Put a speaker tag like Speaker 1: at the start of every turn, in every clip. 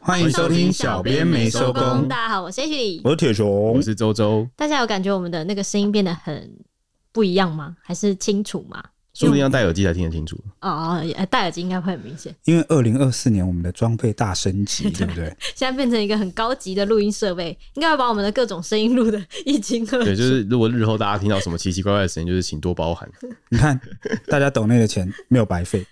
Speaker 1: 欢迎收听《小编没收工》，
Speaker 2: 大家好，我是 H 李。
Speaker 3: 我是铁
Speaker 1: 我
Speaker 3: 熊，
Speaker 1: 是周周，
Speaker 2: 大家有感觉我们的那个声音变得很不一样吗？还是清楚吗？
Speaker 1: 说不定要戴耳机才听得清楚。
Speaker 2: 哦哦，呃戴耳机应该会很明显。
Speaker 4: 因为二零二四年我们的装备大升级，对不 对？
Speaker 2: 现在变成一个很高级的录音设备，应该会把我们的各种声音录的一清二楚。
Speaker 1: 对，就是如果日后大家听到什么奇奇怪怪的声音，就是请多包涵。
Speaker 4: 你看，大家抖内的钱没有白费，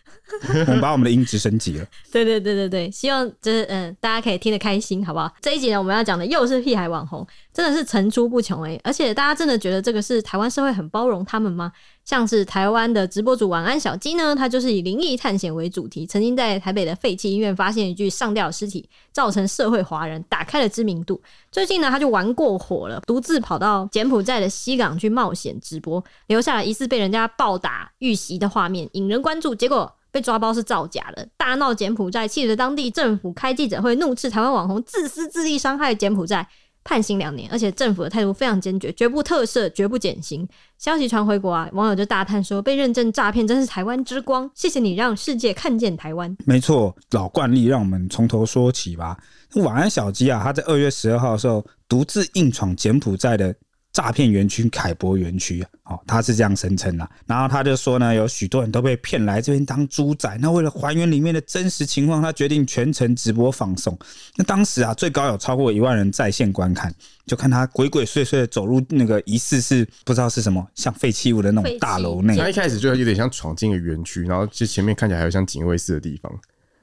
Speaker 4: 我们把我们的音质升级了。
Speaker 2: 对对对对对，希望就是嗯，大家可以听得开心，好不好？这一集呢，我们要讲的又是屁孩网红，真的是层出不穷诶、欸而且大家真的觉得这个是台湾社会很包容他们吗？像是台湾的直播主晚安小鸡呢，他就是以灵异探险为主题，曾经在台北的废弃医院发现一具上吊的尸体，造成社会哗然，打开了知名度。最近呢，他就玩过火了，独自跑到柬埔寨的西港去冒险直播，留下了疑似被人家暴打遇袭的画面，引人关注。结果被抓包是造假的，大闹柬埔寨，气得当地政府开记者会，怒斥台湾网红自私自利，伤害柬埔寨，判刑两年。而且政府的态度非常坚决，绝不特赦，绝不减刑。消息传回国啊，网友就大叹说：“被认证诈骗真是台湾之光，谢谢你让世界看见台湾。
Speaker 4: 没错，老惯例，让我们从头说起吧。晚安小鸡啊，他在二月十二号的时候独自硬闯柬埔寨的诈骗园区凯博园区，哦，他是这样声称啦。然后他就说呢，有许多人都被骗来这边当猪仔。那为了还原里面的真实情况，他决定全程直播放送。那当时啊，最高有超过一万人在线观看，就看他鬼鬼祟祟的走入那个疑似是不知道是什么，像废弃物的那
Speaker 2: 废弃
Speaker 4: 种大楼内。
Speaker 1: 他一开始就有点像闯进了园区，然后就前面看起来还有像警卫室的地方，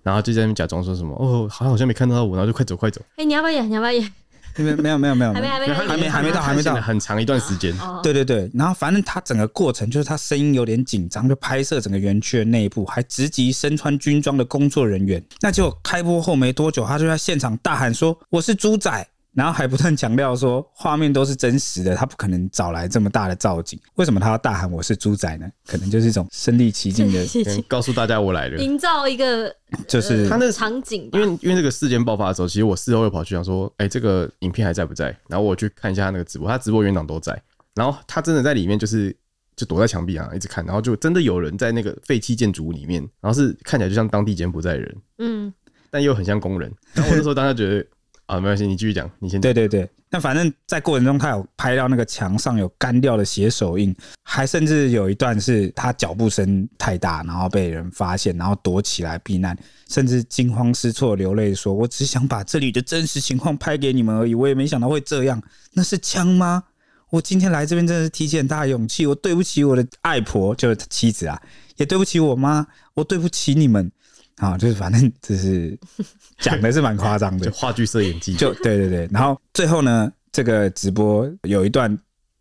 Speaker 1: 然后就在那边假装说什么哦，好像好像没看到我，然后就快走快走。
Speaker 2: 哎，你要不要演？你要不要演？
Speaker 4: 没哎有没有没有没有，
Speaker 2: 还没，还没，
Speaker 4: 还没还没到还没到
Speaker 1: 很长一段时间。
Speaker 2: 哦，
Speaker 4: 对对对，然后反正他整个过程就是他声音有点紧张，就拍摄整个园区的内部，还直击身穿军装的工作人员。那结果开播后没多久，他就在现场大喊说：“我是猪仔。”然后还不断强调说，画面都是真实的，他不可能找来这么大的造景。为什么他要大喊我是猪仔呢？可能就是一种身临其境 的，
Speaker 2: 谢
Speaker 1: 可
Speaker 2: 谢
Speaker 1: 能告诉大家我来了，
Speaker 2: 营造一个
Speaker 4: 就是
Speaker 1: 他那
Speaker 2: 场景吧
Speaker 1: 因为。因为这个事件爆发的时候，其实我事后又跑去想说，哎、这个影片还在不在？然后我去看一下他那个直播，他直播原档都在。然后他真的在里面就是就躲在墙壁啊，一直看，然后就真的有人在那个废弃建筑物里面，然后是看起来就像当地柬埔寨人，
Speaker 2: 嗯，
Speaker 1: 但又很像工人。然后我那时候当时觉得 啊，没关系，你继续讲，你先讲。
Speaker 4: 对对对，那反正在过程中，他有拍到那个墙上有干掉的血手印，还甚至有一段是他脚步声太大，然后被人发现，然后躲起来避难，甚至惊慌失措流泪说：“我只想把这里的真实情况拍给你们而已，我也没想到会这样。那是枪吗？我今天来这边真的是提起很大的勇气，我对不起我的爱婆，就是妻子啊，也对不起我妈，我对不起你们。”啊，就是反正就是讲的是蛮夸张的
Speaker 1: 就，话剧社演技，
Speaker 4: 就对对对，然后最后呢，这个直播有一段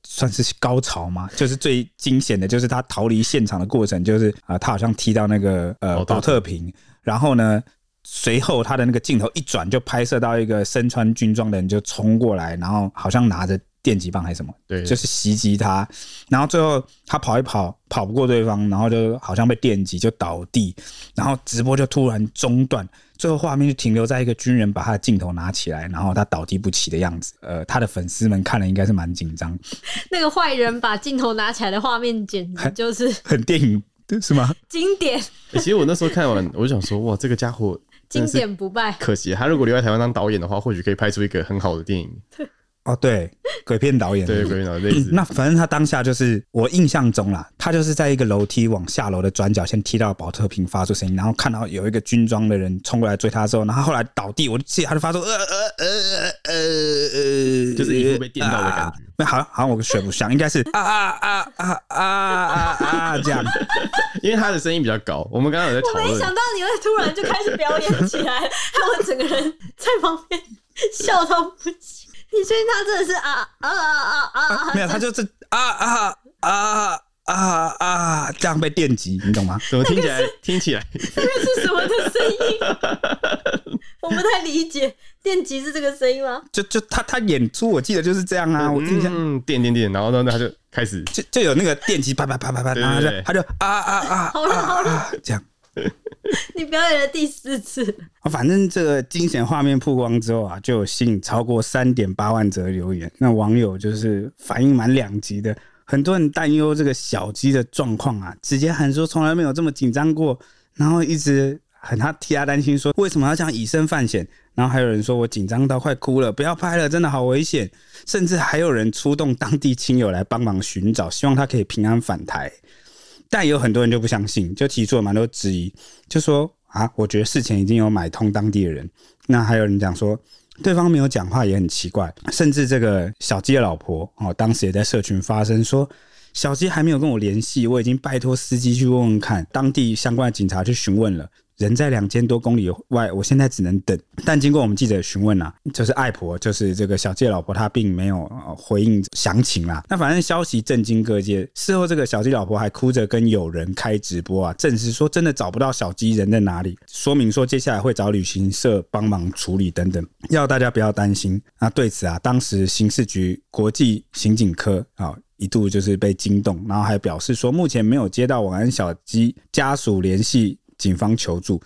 Speaker 4: 算是高潮嘛，就是最惊险的，就是他逃离现场的过程，就是啊、呃他好像踢到那个呃
Speaker 1: 保特
Speaker 4: 保特瓶，然后呢，随后他的那个镜头一转，就拍摄到一个身穿军装的人就冲过来，然后好像拿着电击棒还是什么，
Speaker 1: 对，
Speaker 4: 就是袭击他，然后最后他跑一跑，跑不过对方，然后就好像被电击就倒地，然后直播就突然中断，最后画面就停留在一个军人把他的镜头拿起来，然后他倒地不起的样子。呃，他的粉丝们看了应该是蛮紧张，
Speaker 2: 那个坏人把镜头拿起来的画面，简直就是
Speaker 4: 很电影是吗？
Speaker 2: 经典，
Speaker 1: 欸其实我那时候看完，我就想说，哇，这个家伙真
Speaker 2: 经
Speaker 1: 的是
Speaker 2: 典不败。
Speaker 1: 可惜，啊他如果留在台湾当导演的话，或许可以拍出一个很好的电影。
Speaker 4: 哦，对，鬼片导演
Speaker 1: 对，鬼片导演类似。
Speaker 4: 嗯那反正他当下就是我印象中啦，他就是在一个楼梯往下楼的转角，先踢到保特瓶发出声音，然后看到有一个军装的人冲过来追他之后，然后后来倒地，我就记得他就发出呃呃呃呃呃，
Speaker 1: 就是一副被电到的感觉
Speaker 4: 啊那、好像好像我学不像，应该是啊啊啊啊啊啊啊这样。
Speaker 1: 因为他的声音比较高，我们刚刚有在讨
Speaker 2: 没
Speaker 1: 论
Speaker 2: 想，到你会突然就开始表演起来，害我整个人在旁边笑到不行。你确定他真的是啊啊啊啊啊啊？
Speaker 4: 没有，他就是啊啊啊啊啊这样被电击，你懂吗？
Speaker 1: 怎么听起来听起来
Speaker 2: 这个是什么的声音？我不太理解，电极是这个声音吗？
Speaker 4: 就就他他演出，我记得就是这样啊，我印象。
Speaker 1: 嗯点点点，然后呢他就开始
Speaker 4: 就就有那个电击啪啪啪啪啪，
Speaker 1: 对对
Speaker 4: 然后
Speaker 1: 对
Speaker 4: 他就他就啊啊啊
Speaker 2: 好了好
Speaker 4: 啊啊这样。
Speaker 2: 你表演了第四次，
Speaker 4: 啊反正这个惊险画面曝光之后啊，就有吸引超过三点八万则留言。那网友就是反应蛮两极的，很多人担忧这个小鸡的状况啊，直接喊说从来没有这么紧张过，然后一直很他替他担心说为什么要这样以身犯险。然后还有人说我紧张到快哭了，不要拍了，真的好危险。甚至还有人出动当地亲友来帮忙寻找，希望他可以平安返台。但有很多人就不相信，就提出了蛮多质疑，就说啊，我觉得事前已经有买通当地的人。那还有人讲说，对方没有讲话也很奇怪，甚至这个小鸡的老婆哦，当时也在社群发声说。小鸡还没有跟我联系，我已经拜托司机去问问看，当地相关的警察去询问了，人在两千多公里外，我现在只能等。但经过我们记者的询问啊，就是艾婆，就是这个小鸡的老婆，她并没有呃回应详情啦。那反正消息震惊各界，事后这个小鸡老婆还哭着跟友人开直播啊，证实说真的找不到小鸡人在哪里，说明说接下来会找旅行社帮忙处理等等，要大家不要担心。那对此啊，当时刑事局国际刑警科啊。一度就是被惊动，然后还表示说，目前没有接到晚安小鸡家属联系警方求助。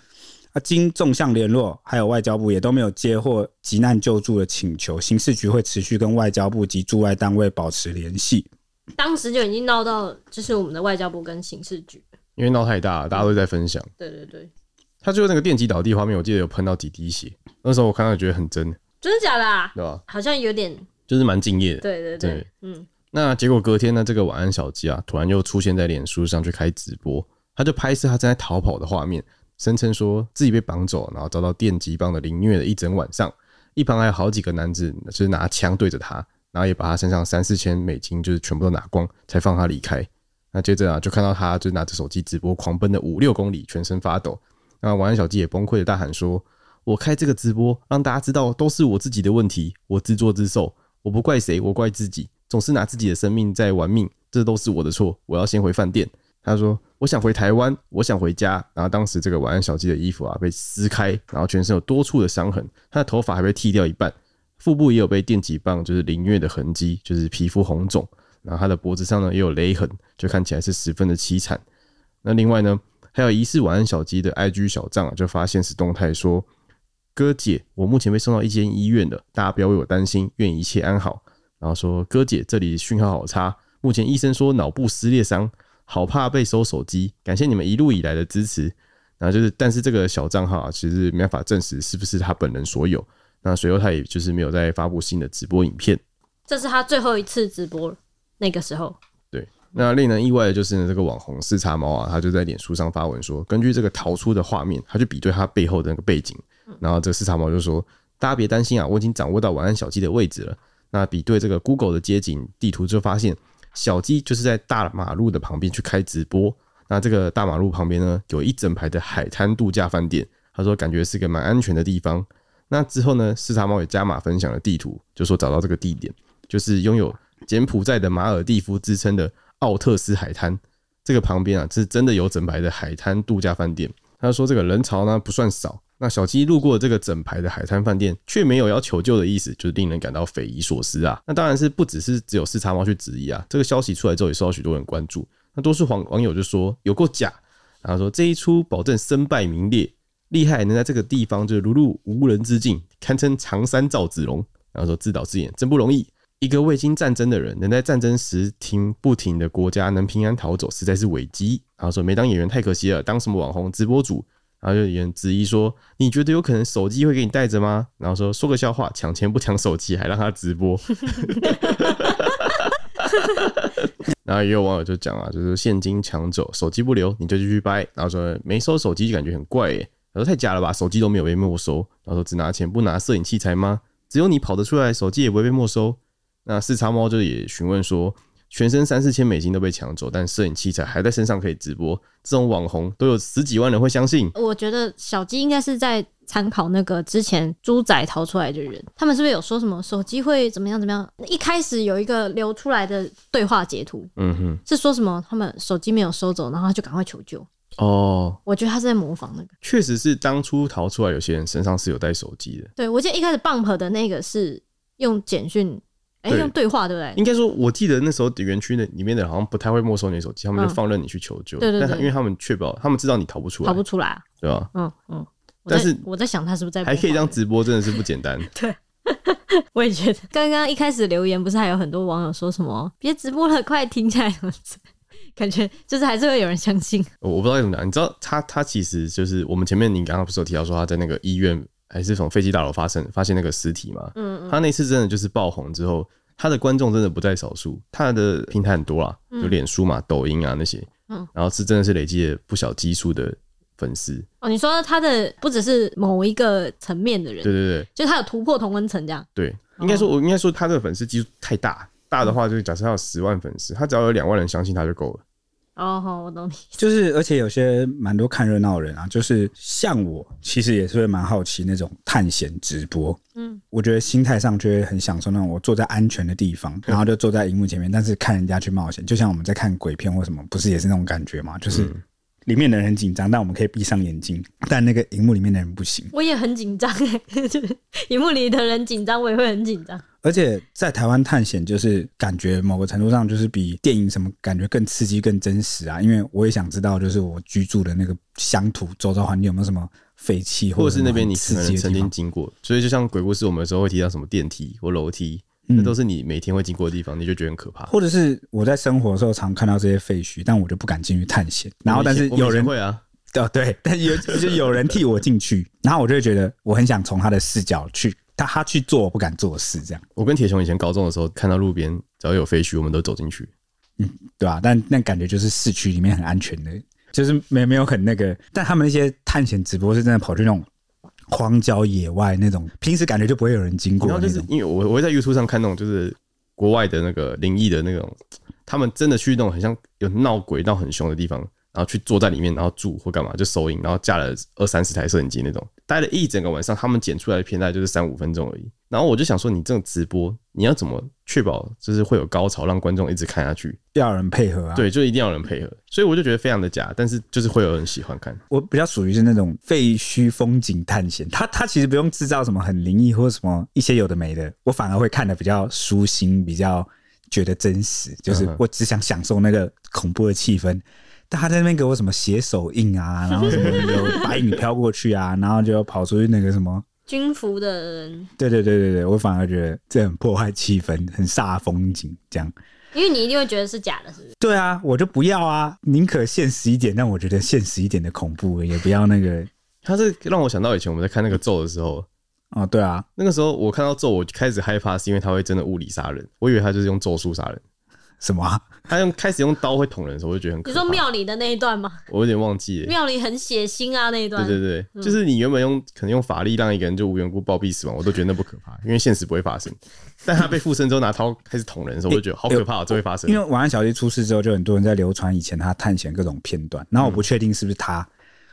Speaker 4: 啊，经纵向联络，还有外交部也都没有接获急难救助的请求，刑事局会持续跟外交部及驻外单位保持联系。
Speaker 2: 当时就已经闹到就是我们的外交部跟刑事局。
Speaker 1: 因为闹太大了，大家都在分享。
Speaker 2: 对对对，
Speaker 1: 他最后那个电击倒地画面，我记得有喷到几滴血，那时候我看到觉得很真，
Speaker 2: 真的假的、啊？
Speaker 1: 对吧？
Speaker 2: 好像有点，
Speaker 1: 就是蛮敬业的。
Speaker 2: 对对对，
Speaker 1: 对
Speaker 2: 嗯，
Speaker 1: 那结果隔天呢，这个晚安小鸡啊，突然又出现在脸书上去开直播，他就拍摄他正在逃跑的画面，声称说自己被绑走，然后遭到电击棒的凌虐了一整晚上。一旁还有好几个男子，就是拿枪对着他，然后也把他身上三四千美金就是全部都拿光，才放他离开。那接着啊，就看到他就拿着手机直播狂奔了五六公里，全身发抖。那晚安小鸡也崩溃的大喊说：“我开这个直播，让大家知道都是我自己的问题，我自作自受，我不怪谁，我怪自己，总是拿自己的生命在玩命，这都是我的错，我要先回饭店。”他说：“我想回台湾，我想回家。”然后当时这个晚安小鸡的衣服啊被撕开，然后全身有多处的伤痕，他的头发还被剃掉一半，腹部也有被电击棒就是凌虐的痕迹，就是皮肤红肿。然后他的脖子上呢也有勒痕，就看起来是十分的凄惨。那另外呢，还有疑似晚安小鸡的 IG 小账啊，就发现实动态说：“哥姐，我目前被送到一间医院了，大家不要为我担心，愿一切安好。”然后说：“哥姐，这里讯号好差，目前医生说脑部撕裂伤，好怕被收手机，感谢你们一路以来的支持。”然后就是，但是这个小账号啊，其实没办法证实是不是他本人所有。那随后他也就是没有再发布新的直播影片。
Speaker 2: 这是他最后一次直播了，那个时候。
Speaker 1: 对，那令人意外的就是呢，这个网红四叉猫啊，他就在脸书上发文说，根据这个逃出的画面，他去比对他背后的那个背景，然后这个四叉猫就说：“大家别担心啊，我已经掌握到晚安小鸡的位置了。”那比对这个 Google 的街景地图，就发现小鸡就是在大马路的旁边去开直播。那这个大马路旁边呢，有一整排的海滩度假饭店，他说感觉是个蛮安全的地方。那之后呢，四叉猫也加码分享了地图，就说找到这个地点。就是拥有柬埔寨的马尔蒂夫之称的奥特斯海滩。这个旁边啊，是真的有整排的海滩度假饭店。他说这个人潮呢不算少，那小鸡路过这个整排的海滩饭店，却没有要求救的意思，就是令人感到匪夷所思啊。那当然是不只是只有四叉猫去质疑啊，这个消息出来之后也受到许多人关注。那多数网网友就说有够假，然后说这一出保证身败名裂，厉害能在这个地方就是如入无人之境，堪称常山赵子龙。然后说自导自演真不容易，一个未经战争的人，能在战争时停不停的国家能平安逃走，实在是伟绩。然后说没当演员太可惜了，当什么网红直播主？然后就有人质疑说，你觉得有可能手机会给你带着吗？然后说说个笑话，抢钱不抢手机，还让他直播。 然后也有网友就讲啊，就是现金抢走，手机不留，你就继续掰。然后说没收手机就感觉很怪耶、他说太假了吧，手机都没有被没收。然后说只拿钱不拿摄影器材吗？只有你跑得出来，手机也不会被没收。那四叉猫就也询问说，全身三四千美金都被抢走，但摄影器材还在身上可以直播，这种网红都有十几万人会相信。
Speaker 2: 我觉得小鸡应该是在参考那个之前猪仔逃出来的人，他们是不是有说什么手机会怎么样怎么样？一开始有一个流出来的对话截图，
Speaker 1: 嗯哼，
Speaker 2: 是说什么他们手机没有收走，然后他就赶快求救。
Speaker 1: 哦，
Speaker 2: 我觉得他是在模仿那个。
Speaker 1: 确实是当初逃出来，有些人身上是有带手机的。
Speaker 2: 对我记得一开始 bump 的那个是用简讯，哎、
Speaker 1: 对
Speaker 2: 用对话对不对？
Speaker 1: 应该说，我记得那时候园区的里面的人好像不太会没收你的手机，他们就
Speaker 2: 嗯
Speaker 1: 放任你去求救。
Speaker 2: 对对
Speaker 1: 但他
Speaker 2: 对
Speaker 1: 因为他们确保他们知道你逃不出来，
Speaker 2: 逃不出来啊、
Speaker 1: 对吧？
Speaker 2: 嗯嗯。我
Speaker 1: 但
Speaker 2: 在
Speaker 1: 是
Speaker 2: 我在想他是不是在模
Speaker 1: 还
Speaker 2: 仿
Speaker 1: 可以当直播，真的是不简单。
Speaker 2: 我也觉得，刚刚一开始留言不是还有很多网友说什么“别直播了，快停下来”什么之类，感觉就是还是会有人相信。
Speaker 1: 我我不知道该怎么讲，你知道他他其实就是我们前面你刚刚不是有提到说他在那个医院还是从废弃大楼发生发现那个尸体嘛？
Speaker 2: 嗯
Speaker 1: 他那次真的就是爆红之后，他的观众真的不在少数，他的平台很多啦，有脸书嘛、抖音啊那些，
Speaker 2: 嗯
Speaker 1: 然后是真的是累积了不小基数的粉丝，
Speaker 2: 哦，你说他的不只是某一个层面的
Speaker 1: 对
Speaker 2: 人，
Speaker 1: 对对，
Speaker 2: 就他有突破同温层这样。
Speaker 1: 对，应该
Speaker 2: 哦
Speaker 1: 说，我应该说他的粉丝基数太大，大的话就是假设他有十万粉丝，他只要有两万人相信他就够了。
Speaker 2: 哦，好，我懂你。
Speaker 4: 就是，而且有些蛮多看热闹的人啊，就是像我，其实也是会蛮好奇那种探险直播。
Speaker 2: 嗯，
Speaker 4: 我觉得心态上就会很享受那种我坐在安全的地方，然后就坐在荧幕前面，但是看人家去冒险，就像我们在看鬼片或什么，不是也是那种感觉吗？就是里面的人很紧张，但我们可以闭上眼睛，但那个荧幕里面的人不行。
Speaker 2: 我也很紧张哎， 就是荧幕里的人紧张，我也会很紧张。
Speaker 4: 而且在台湾探险，就是感觉某个程度上就是比电影什么感觉更刺激、更真实啊。因为我也想知道，就是我居住的那个乡土周遭环境有没有什么废弃，
Speaker 1: 或
Speaker 4: 者
Speaker 1: 者是那边你
Speaker 4: 刺
Speaker 1: 可能
Speaker 4: 激的
Speaker 1: 曾
Speaker 4: 地
Speaker 1: 经
Speaker 4: 方。
Speaker 1: 经过，所以就像鬼故事，我们有时候会提到什么电梯或楼梯，那都是你
Speaker 4: 嗯
Speaker 1: 每天会经过的地方，你就觉得很可怕。
Speaker 4: 或者是我在生活的时候常看到这些废墟，但我就不敢进去探险。然后，但是
Speaker 1: 我们以前
Speaker 4: 有人
Speaker 1: 我们以前会啊，
Speaker 4: 哦，对， 但有就是有人替我进去，然后我就会觉得我很想从他的视角去，他他去做我不敢做的事，这样
Speaker 1: 我跟铁雄以前高中的时候，看到路边只要有废墟，我们都走进去。
Speaker 4: 对吧、但那感觉就是市区里面很安全的，就是没没有很那个。但他们那些探险直播是真的跑去那种荒郊野外那种，平时感觉就不会有人经过的
Speaker 1: 然后
Speaker 4: 那
Speaker 1: 就是
Speaker 4: 种。
Speaker 1: 因为我我会在 YouTube 上看那种就是国外的那个灵异的那种，他们真的去那种很像有闹鬼闹很凶的地方，然后去坐在里面，然后住或干嘛就收影，然后架了二三十台摄影机那种，待了一整个晚上，他们剪出来的片大概就是三五分钟而已。然后我就想说，你这种直播你要怎么确保就是会有高潮，让观众一直看下去？
Speaker 4: 要有人配合啊。，
Speaker 1: 对，就一定要有人配合。所以我就觉得非常的假，但是就是会有人喜欢看。
Speaker 4: 我比较属于是那种废墟风景探险，他他其实不用制造什么很灵异或什么一些有的没的，我反而会看的比较舒心，比较觉得真实，就是
Speaker 1: 嗯哼
Speaker 4: 我只想享受那个恐怖的气氛。但他在那边给我什么写手印啊，然后什么有白影飘过去啊，然后就跑出去那个什么，
Speaker 2: 军服的人，
Speaker 4: 对对对对对，我反而觉得这很破坏气氛，很煞风景这样。
Speaker 2: 因为你一定会觉得是假的，是不是？
Speaker 4: 对啊，我就不要啊，宁可现实一点，但我觉得现实一点的恐怖也不要那个
Speaker 1: 它是让我想到以前我们在看那个咒的时候，
Speaker 4: 哦，对啊，
Speaker 1: 那个时候我看到咒，我就开始害怕，是因为他会真的物理杀人。我以为他就是用咒术杀人，
Speaker 4: 什么、啊？
Speaker 1: 他用开始用刀会捅人的时候，我就觉得很可
Speaker 2: 你
Speaker 1: 怕。
Speaker 2: 说庙里的那一段吗？
Speaker 1: 我有点忘记了。
Speaker 2: 庙里很血腥啊那一段。
Speaker 1: 对对对，就是你原本用可能用法力让一个人就无缘无故暴毙死亡，我都觉得那不可怕，因为现实不会发生。但他被附身之后拿刀开始捅人的时候，我就觉得好可怕哦，这会发生
Speaker 4: 欸因。为晚安小鸡出事之后，就很多人在流传以前他探险各种片段，然后我不确定是不是他，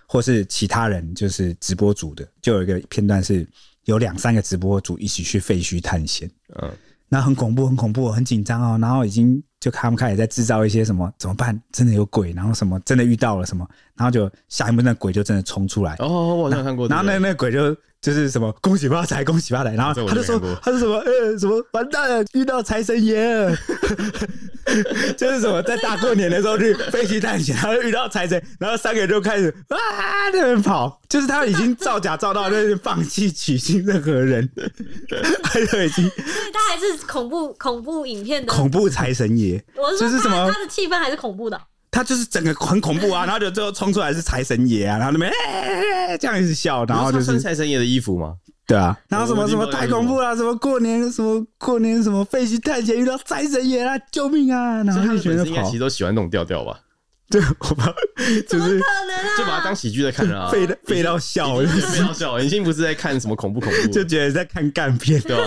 Speaker 4: 或是其他人，就是直播组的，就有一个片段是有两三个直播组一起去废墟探险，
Speaker 1: 嗯，
Speaker 4: 那很恐怖，很恐怖，很紧张哦，然后已经就他们开始在制造一些什么怎么办，真的有鬼，然后什么真的遇到了什么，然后就下一幕那鬼就真的冲出来，
Speaker 1: 哦，我好像看过这
Speaker 4: 然
Speaker 1: 个。
Speaker 4: 后那那个鬼就就是什么恭喜发财，恭喜发财，然后
Speaker 1: 这我
Speaker 4: 他
Speaker 1: 就
Speaker 4: 就
Speaker 1: 没
Speaker 4: 说
Speaker 1: 看过
Speaker 4: 他说什么呃什么完蛋了，遇到财神爷 了，就是什么在大过年的时候去飞机探险，然后遇到财神，然后三个人就开始啊那边跑，就是他们已经造假造到就是放弃取信任何人， 他就已经
Speaker 2: 所以他还是恐怖恐怖影片的。
Speaker 4: 恐怖财神爷，
Speaker 2: 我是
Speaker 4: 就
Speaker 2: 说
Speaker 4: 是什
Speaker 2: 他
Speaker 4: 么
Speaker 2: 他的气氛还是恐怖的。
Speaker 4: 他就是整个很恐怖啊，然后就最后冲出来是财神爷啊，然后那边、哎这样一直笑，然后就
Speaker 1: 你说他
Speaker 4: 是
Speaker 1: 穿财神爷的衣服吗？
Speaker 4: 对啊，然后什么
Speaker 1: 我
Speaker 4: 什么
Speaker 1: 我
Speaker 4: 太恐怖啊了，什么过年什么过年什么废墟探险遇到财神爷啊，救命啊！然
Speaker 1: 所以
Speaker 4: 后
Speaker 1: 他们
Speaker 4: 就觉
Speaker 1: 粉
Speaker 4: 得
Speaker 1: 丝应该
Speaker 4: 跑
Speaker 1: 其实，都喜欢那种调调吧，
Speaker 4: 对，我怕就是
Speaker 2: 可能啊，
Speaker 1: 就把它当喜剧在看 啊。
Speaker 4: 废到废到笑，就
Speaker 1: 你
Speaker 4: 是
Speaker 1: 不要笑，你现在不是在看什么恐怖恐怖，
Speaker 4: 就觉得在看干片。
Speaker 1: 对吧？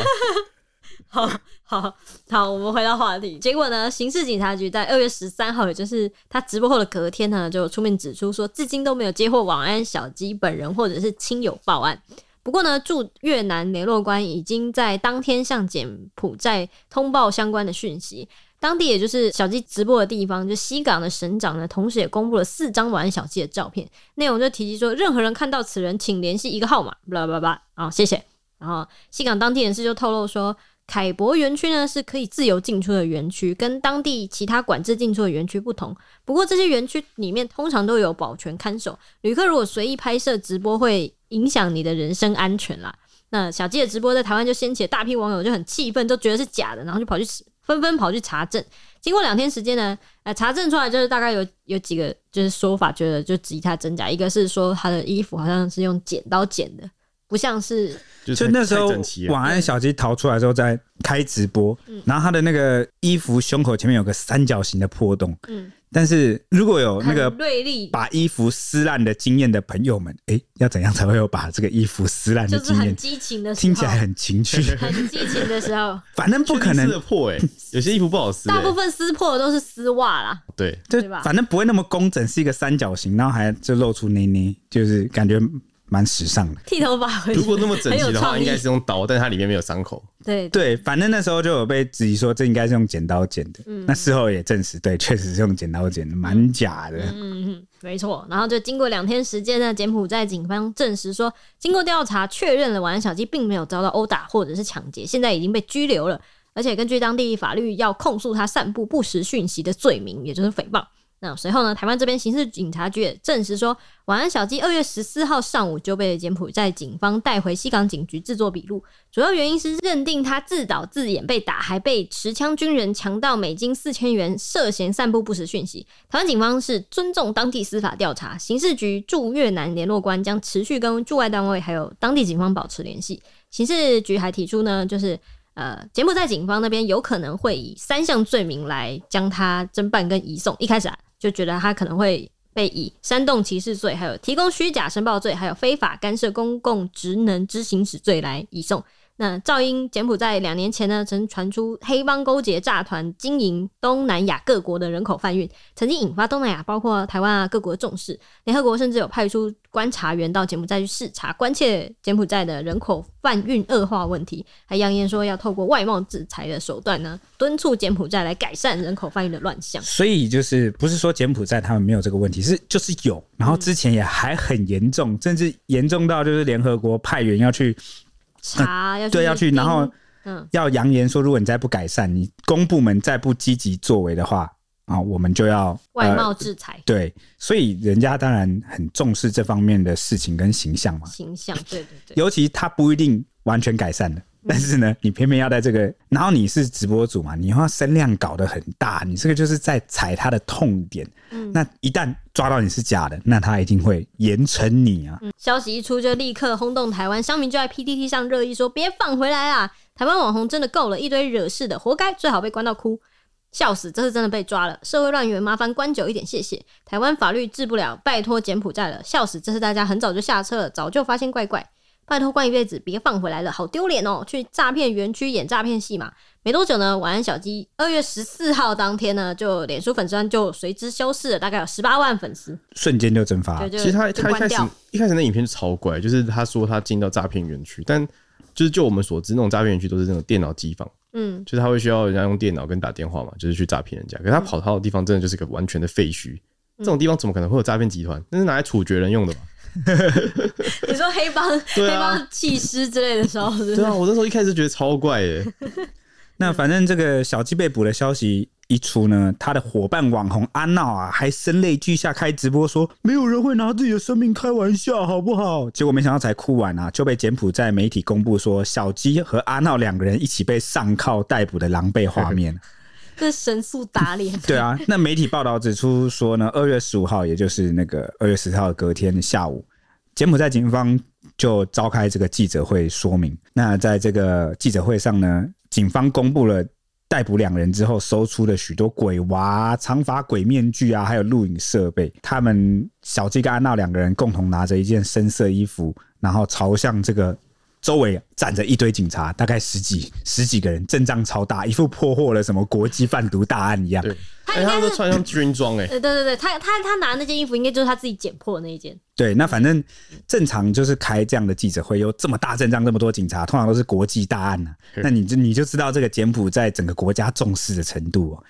Speaker 2: 好好好，我们回到话题。结果呢，刑事警察局在二月十三号，也就是他直播后的隔天呢，就出面指出说，至今都没有接获网安小鸡本人或者是亲友报案。不过呢，驻越南联络官已经在当天向柬埔寨通报相关的讯息。当地也就是小鸡直播的地方，就西港的省长呢，同时也公布了四张晚安小鸡的照片，内容就提及说，任何人看到此人，请联系一个号码，巴拉巴拉啊，谢谢。然后西港当地人士就透露说，凯博园区呢是可以自由进出的园区，跟当地其他管制进出的园区不同。不过这些园区里面通常都有保全看守，旅客如果随意拍摄直播，会影响你的人身安全啦。那小鸡的直播在台湾就掀起了大批网友就很气愤，都觉得是假的，然后就跑去纷纷跑去查证。经过两天时间呢，呃，查证出来就是大概有有几个就是说法，觉得就质疑它真假。一个是说他的衣服好像是用剪刀剪的，不像是
Speaker 1: 就是
Speaker 4: 就
Speaker 1: 太
Speaker 4: 那时候
Speaker 1: 太整齐，了。嗯
Speaker 4: 晚安小鸡逃出来之后，在开直播，然后他的那个衣服胸口前面有个三角形的破洞，
Speaker 2: 嗯
Speaker 4: 但是如果有哦那个
Speaker 2: 很锐利，
Speaker 4: 把衣服撕烂的经验的朋友们，诶，要怎样才会有把这个衣服撕烂的
Speaker 2: 就是
Speaker 4: 经
Speaker 2: 很
Speaker 4: 验？
Speaker 2: 激情的时候，
Speaker 4: 听起来很情 趣，
Speaker 2: 很激情的时候，
Speaker 4: 反正不可
Speaker 1: 确定撕
Speaker 4: 能
Speaker 1: 得，破 哎、有些衣服不好撕、欸，
Speaker 2: 大部分撕破的都是丝袜啦。
Speaker 1: 对，
Speaker 4: 就
Speaker 2: 对吧
Speaker 4: 反正不会那么工整，是一个三角形，然后还就露出捏捏，就是感觉蛮时尚的。
Speaker 2: 剃头发会
Speaker 1: 如果那么整齐的话，
Speaker 2: 很有创意
Speaker 1: 应该是用刀，但它里面没有伤 口。
Speaker 2: 对
Speaker 4: 对，反正那时候就有被质疑说这应该是用剪刀剪的，
Speaker 2: 嗯
Speaker 4: 那事后也证实，对，确实是用剪刀剪的，蛮假的。
Speaker 2: 嗯，嗯，没错。然后就经过两天时间呢，柬埔寨警方证实说，经过调查确认了，晚安小鸡并没有遭到殴打或者是抢劫，现在已经被拘留了。而且根据当地法律，要控诉他散布不实讯息的罪名，也就是诽谤。那随后呢，台湾这边刑事警察局也证实说，晚安小鸡二月十四号上午就被柬埔寨警方带回西港警局制作笔录，主要原因是认定他自导自演被打，还被持枪军人强盗美金四千元，涉嫌散布不实讯息。台湾警方是尊重当地司法调查，刑事局驻越南联络官将持续跟驻外单位还有当地警方保持联系。刑事局还提出呢，就是呃，柬埔寨警方那边有可能会以三项罪名来将他侦办跟移送。一开始啊，就觉得他可能会被以煽动歧视罪、还有提供虚假申报罪、还有非法干涉公共职能之行使罪来移送。那赵英，柬埔寨两年前呢，曾传出黑帮勾结诈团经营东南亚各国的人口贩运，曾经引发东南亚包括台湾啊各国的重视。联合国甚至有派出观察员到柬埔寨去视察，关切柬埔寨的人口贩运呃恶化问题，还扬言说要透过外贸制裁的手段呢，敦促柬埔寨来改善人口贩运的乱象。
Speaker 4: 所以就是不是说柬埔寨他们没有这个问题，是就是有，然后之前也还很严重，甚至严重到就是联合国派员要去
Speaker 2: 查啊要去
Speaker 4: 对要去，
Speaker 2: 盯
Speaker 4: 然后
Speaker 2: 嗯
Speaker 4: 要扬言说，如果你再不改善，你公部门再不积极作为的话，啊，我们就要
Speaker 2: 外
Speaker 4: 呃
Speaker 2: 贸制裁。
Speaker 4: 对，所以人家当然很重视这方面的事情跟形象嘛，
Speaker 2: 形象，对对对，
Speaker 4: 尤其他不一定完全改善了。但是呢，你偏偏要在这个，然后你是直播主嘛，你又要声量搞得很大，你这个就是在踩他的痛点。
Speaker 2: 嗯
Speaker 4: 那一旦抓到你是假的，那他一定会严惩你啊。
Speaker 2: 消息一出就立刻轰动台湾，乡民就在 PTT 上热议说：“别放回来啦！台湾网红真的够了，一堆惹事的，活该，最好被关到哭。”笑死，这次真的被抓了，社会乱源，麻烦关久一点，谢谢。台湾法律治不了，拜托柬埔寨了，笑死，这次大家很早就下车了，早就发现怪怪，拜托关一辈子，别放回来了，好丢脸哦！去诈骗园区演诈骗戏嘛。没多久呢，晚安小鸡二月十四号当天呢，就脸书粉砖就随之消失了，大概有十八万粉丝，
Speaker 4: 瞬间就蒸发了。
Speaker 2: 对，就
Speaker 1: 啊其实他
Speaker 2: 就
Speaker 1: 他一
Speaker 2: 关
Speaker 1: 开始
Speaker 2: 掉。
Speaker 1: 一开始那影片就超怪，就是他说他进到诈骗园区，但就是就我们所知，那种诈骗园区都是那种电脑机房，
Speaker 2: 嗯，
Speaker 1: 就是他会需要人家用电脑跟打电话嘛，就是去诈骗人家。可是他跑到的地方真的就是个完全的废墟，
Speaker 2: 嗯
Speaker 1: 这种地方怎么可能会有诈骗集团？那是拿来处决人用 的吧？
Speaker 2: 你说黑帮、黑
Speaker 1: 对啊
Speaker 2: 帮弃尸之类的时候，是不是
Speaker 1: 对啊，我那时候一开始觉得超怪欸 耶、
Speaker 4: 那反正这个小鸡被捕的消息一出呢，他的伙伴网红安娜啊，还声泪俱下开直播说，没有人会拿自己的生命开玩笑，好不好？结果没想到才哭完啊，就被柬埔寨媒体公布说，小鸡和阿闹两个人一起被上铐逮捕的狼狈画面。
Speaker 2: 这神速 打脸。
Speaker 4: 对啊，那媒体报道指出说呢，二月十五号，也就是那个二月十号的隔天的下午，柬埔寨警方就召开这个记者会说明。那在这个记者会上呢，警方公布了逮捕两人之后搜出的许多鬼娃、长发鬼面具啊，还有录影设备。他们小鸡跟安娜两个人共同拿着一件深色衣服，然后朝向这个。周围站着一堆警察，大概十几十几个人，阵仗超大，一副破获了什么国际贩毒大案一样。
Speaker 1: 对，
Speaker 2: 他
Speaker 1: 哎，
Speaker 2: 应该
Speaker 1: 他们都
Speaker 2: 是
Speaker 1: 穿上军装， 哎，
Speaker 2: 呃，对对对，他他他拿那件衣服，应该就是他自己剪破的那一件。
Speaker 4: 对，那反正正常就是开这样的记者会，有这么大阵仗，这么多警察，通常都是国际大案呢、啊。那你就你就知道这个柬埔寨整个国家重视的程度哦。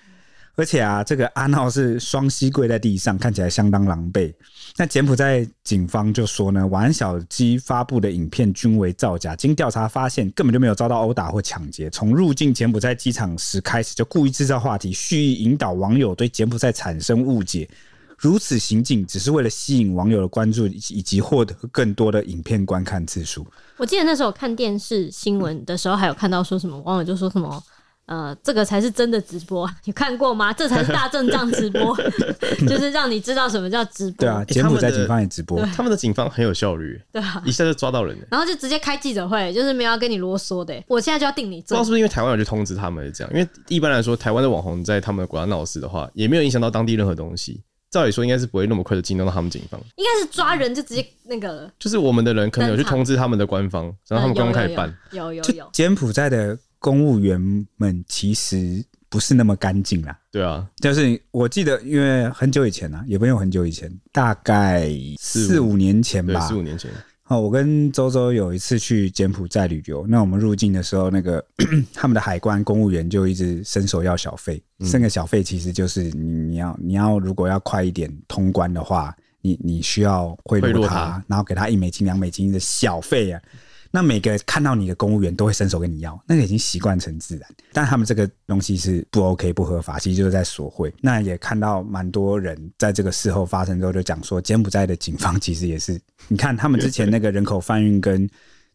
Speaker 4: 而且啊，这个阿闹是双膝跪在地上，看起来相当狼狈。那柬埔寨警方就说呢，晚安小鸡发布的影片均为造假，经调查发现根本就没有遭到殴打或抢劫。从入境柬埔寨机场时开始，就故意制造话题，蓄意引导网友对柬埔寨产生误解。如此行径只是为了吸引网友的关注，以及以及获得更多的影片观看次数。
Speaker 2: 我记得那时候看电视新闻的时候，还有看到说什么网友就说什么。呃，这个才是真的直播，你看过吗？这才是大阵仗 直播， 就是让你知道什么叫直播。
Speaker 4: 对啊，柬埔寨警方也直播，
Speaker 1: 他们的啊警方很有效率， 欸
Speaker 2: 对啊
Speaker 1: 一下就抓到人了。欸
Speaker 2: 然后就直接开记者会，就是没有要跟你啰嗦的。欸我现在就要定你
Speaker 1: 不知
Speaker 2: 罪
Speaker 1: 道，是不是因为台湾有去通知他们是这样，因为一般来说，台湾的网红在他们的国家闹事的话，也没有影响到当地任何东西。照理说，应该是不会那么快就惊动到他们警方。
Speaker 2: 应该是抓人就直接那个了。
Speaker 1: 就是我们的人可能有去通知他们的官方，然后他们官方
Speaker 2: 呃
Speaker 1: 开
Speaker 2: 有
Speaker 1: 始办。
Speaker 2: 有有有有
Speaker 4: 就
Speaker 2: 有，
Speaker 4: 柬埔寨的公务员们其实不是那么干净啦。
Speaker 1: 对啊，
Speaker 4: 就是我记得，因为很久以前啊，也没有很久以前，大概四五年前
Speaker 1: 对，
Speaker 4: 吧
Speaker 1: 四。五年前，
Speaker 4: 哦，我跟周周有一次去柬埔寨旅游，那我们入境的时候，那个 他们的海关公务员就一直伸手要小费，
Speaker 1: 嗯
Speaker 4: 伸个小费其实就是你你要你要如果要快一点通关的话，你你需要贿
Speaker 1: 贿
Speaker 4: 赂
Speaker 1: 赂
Speaker 4: 他
Speaker 1: 他，
Speaker 4: 然后给他一美金两美金的小费啊。那每个看到你的公务员都会伸手跟你要，那个已经习惯成自然。但他们这个东西是不 OK 不合法，其实就是在索贿。那也看到蛮多人在这个事后发生之后就讲说，柬埔寨的警方其实也是， 你看他们之前那个人口贩运跟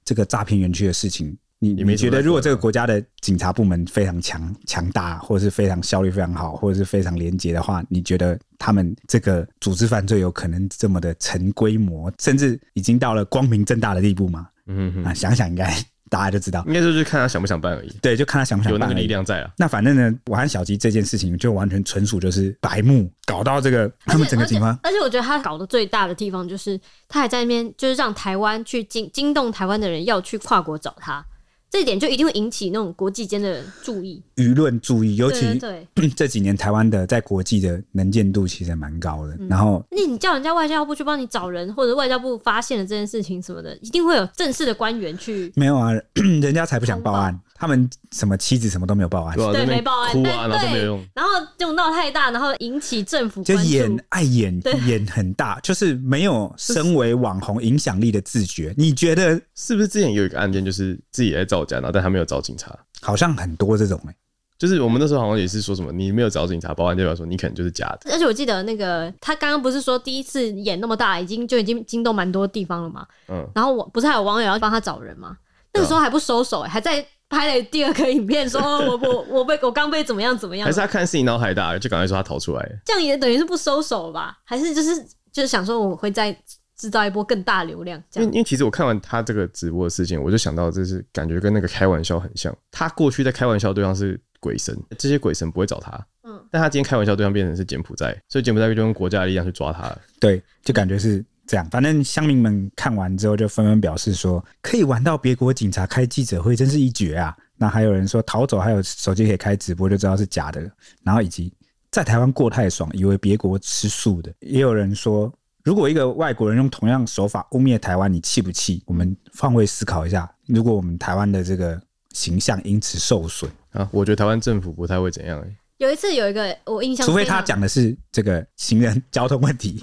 Speaker 4: 这个诈骗园区的事情。你
Speaker 1: 也没
Speaker 4: 你觉
Speaker 1: 什么
Speaker 4: 得，
Speaker 1: 在
Speaker 4: 如果
Speaker 1: 管
Speaker 4: 这个
Speaker 1: 啊
Speaker 4: 国家的警察部门非常强强大，或者是非常效率非常好，或者是非常廉洁的话，你觉得他们这个组织犯罪有可能这么的成规模，甚至已经到了光明正大的地步吗？
Speaker 1: 嗯哼
Speaker 4: 啊，
Speaker 1: 哼，
Speaker 4: 想想应该大家就知道，
Speaker 1: 应该就是看他想不想 办而已，
Speaker 4: 对，就看他想不想
Speaker 1: 有那个
Speaker 4: 办而已
Speaker 1: 力。量在啊。
Speaker 4: 那反正呢，我和小吉这件事情就完全纯属就是白目，搞到这个他们整个警方
Speaker 2: 而且我觉得他搞的最大的地方就是，他还在那边就是让台湾去惊惊动台湾的人要去跨国找他，这一点就一定会引起那种国际间的注意。
Speaker 4: 舆论注意，尤
Speaker 2: 对对
Speaker 4: 其
Speaker 2: 对，
Speaker 4: 这几年台湾的在国际的能见度其实还蛮高
Speaker 2: 嗯
Speaker 4: 的。然后
Speaker 2: 那你叫人家外交部去帮你找人，或者外交部发现了这件事情什么的，一定会有正式的官员去。
Speaker 4: 没有啊， 人家才不想报案，他们什么妻子什么都没有报案
Speaker 1: 对，啊，
Speaker 2: 对
Speaker 1: 在那边
Speaker 2: 没报案
Speaker 1: 哭啊，
Speaker 2: 但
Speaker 1: 然后都没
Speaker 2: 对
Speaker 1: 有用。
Speaker 2: 然后就闹太大，然后引起政府
Speaker 4: 就
Speaker 2: 关注
Speaker 4: 演。爱演
Speaker 2: 对
Speaker 4: 演很大，就是没有身为网红影响力的自觉。你觉得
Speaker 1: 是不是之前有一个案件，就是自己在造假，然后但他没有找警察？
Speaker 4: 好像很多这种哎、
Speaker 1: 就是我们那时候好像也是说什么，你没有找警察报案，代表说你可能就是假的。
Speaker 2: 而且我记得那个他刚刚不是说第一次演那么大，已经就已经惊动蛮多地方了嘛。
Speaker 1: 嗯，
Speaker 2: 然后我不是还有网友要帮他找人吗？
Speaker 1: 啊
Speaker 2: 那个时候还不收手、欸，还在拍了第二个影 片说哦我我我被我刚被怎么样怎么样
Speaker 1: 还，是他看事情脑海大，就赶快说他逃出来了。
Speaker 2: 这样也等于是不收手吧？还是就是就是想说我会再制造一波更大流量这
Speaker 1: 因为
Speaker 2: 样
Speaker 1: 因？为其实我看完他这个直播的事件，我就想到这是感觉跟那个开玩笑很像。他过去在开玩笑对象是鬼神，这些鬼神不会找他，
Speaker 2: 嗯
Speaker 1: 嗯，但他今天开玩笑对象变成是柬埔寨，所以柬埔寨就用国家的力量去抓他了。
Speaker 4: 对，就感觉是这样。反正乡民们看完之后，就纷纷表示说，可以玩到别国警察开记者会，真是一绝啊！那还有人说逃走，还有手机可以开直播，就知道是假的了。然后以及在台湾过太爽，以为别国吃素的，也有人说。如果一个外国人用同样手法污蔑台湾，你气不气？我们换位思考一下，如果我们台湾的这个形象因此受损，
Speaker 1: 啊，我觉得台湾政府不太会怎样、欸，
Speaker 2: 有一次有一个我印象非 常，
Speaker 4: 除非他讲的是这个行人交通问 题，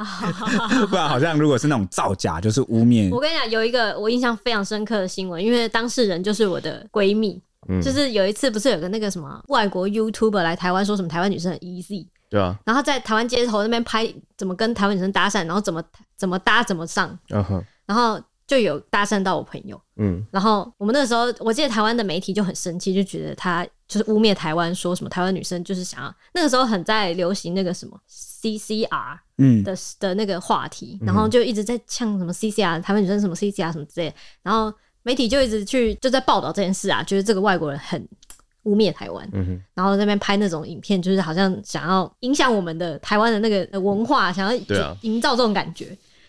Speaker 4: 不然好像如果是那种造假，就是污蔑
Speaker 2: 我跟你讲，有一个我印象非常深刻的新闻，因为当事人就是我的闺蜜。
Speaker 1: 嗯
Speaker 2: 就是有一次，不是有个那个什么外国 YouTuber 来台湾，说什么台湾女生很 easy，
Speaker 1: 对啊，
Speaker 2: 然后在台湾街头那边拍怎么跟台湾女生搭讪，然后怎么怎么搭怎么上，
Speaker 1: 嗯哼，
Speaker 2: 然后就有搭讪到我朋友。
Speaker 1: 嗯，
Speaker 2: 然后我们那时候，我记得台湾的媒体就很生气，就觉得他就是污蔑台湾，说什么台湾女生就是想要那个时候很在流行那个什么 CCR
Speaker 4: 嗯，
Speaker 2: 的的那个话题，然后就一直在呛什么 CCR 台湾女生什么 CCR 什么之类的，然后媒体就一直去就在报道这件事啊，觉得这个外国人很污蔑台湾，
Speaker 1: 嗯哼
Speaker 2: 然后在那边拍那种影片，就是好像想要影响我们的台湾的那个呃文化，想要
Speaker 1: 对啊
Speaker 2: 营造这种感觉。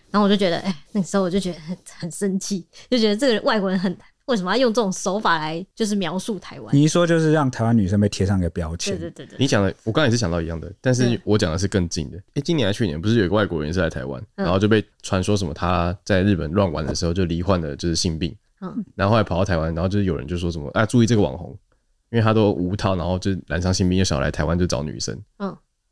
Speaker 2: 然后我就觉得，哎、那时候我就觉得很很生气，就觉得这个外国人很为什么要用这种手法来就是描述台湾？
Speaker 4: 你一说就是让台湾女生被贴上一个标
Speaker 2: 对
Speaker 4: 签，嗯
Speaker 2: 对对对，
Speaker 1: 你讲的，我刚才也是想到一样的，但是
Speaker 2: 对
Speaker 1: 我讲的是更近的。哎、今年还去年不是有一个外国人是来台湾，
Speaker 2: 嗯
Speaker 1: 然后就被传说什么他在日本乱玩的时候就罹患了就是性病，
Speaker 2: 嗯
Speaker 1: 然后后来跑到台湾，然后就是有人就说什么啊，注意这个网红，因为他都无套，然后就染上性病，就想来台湾就找女生。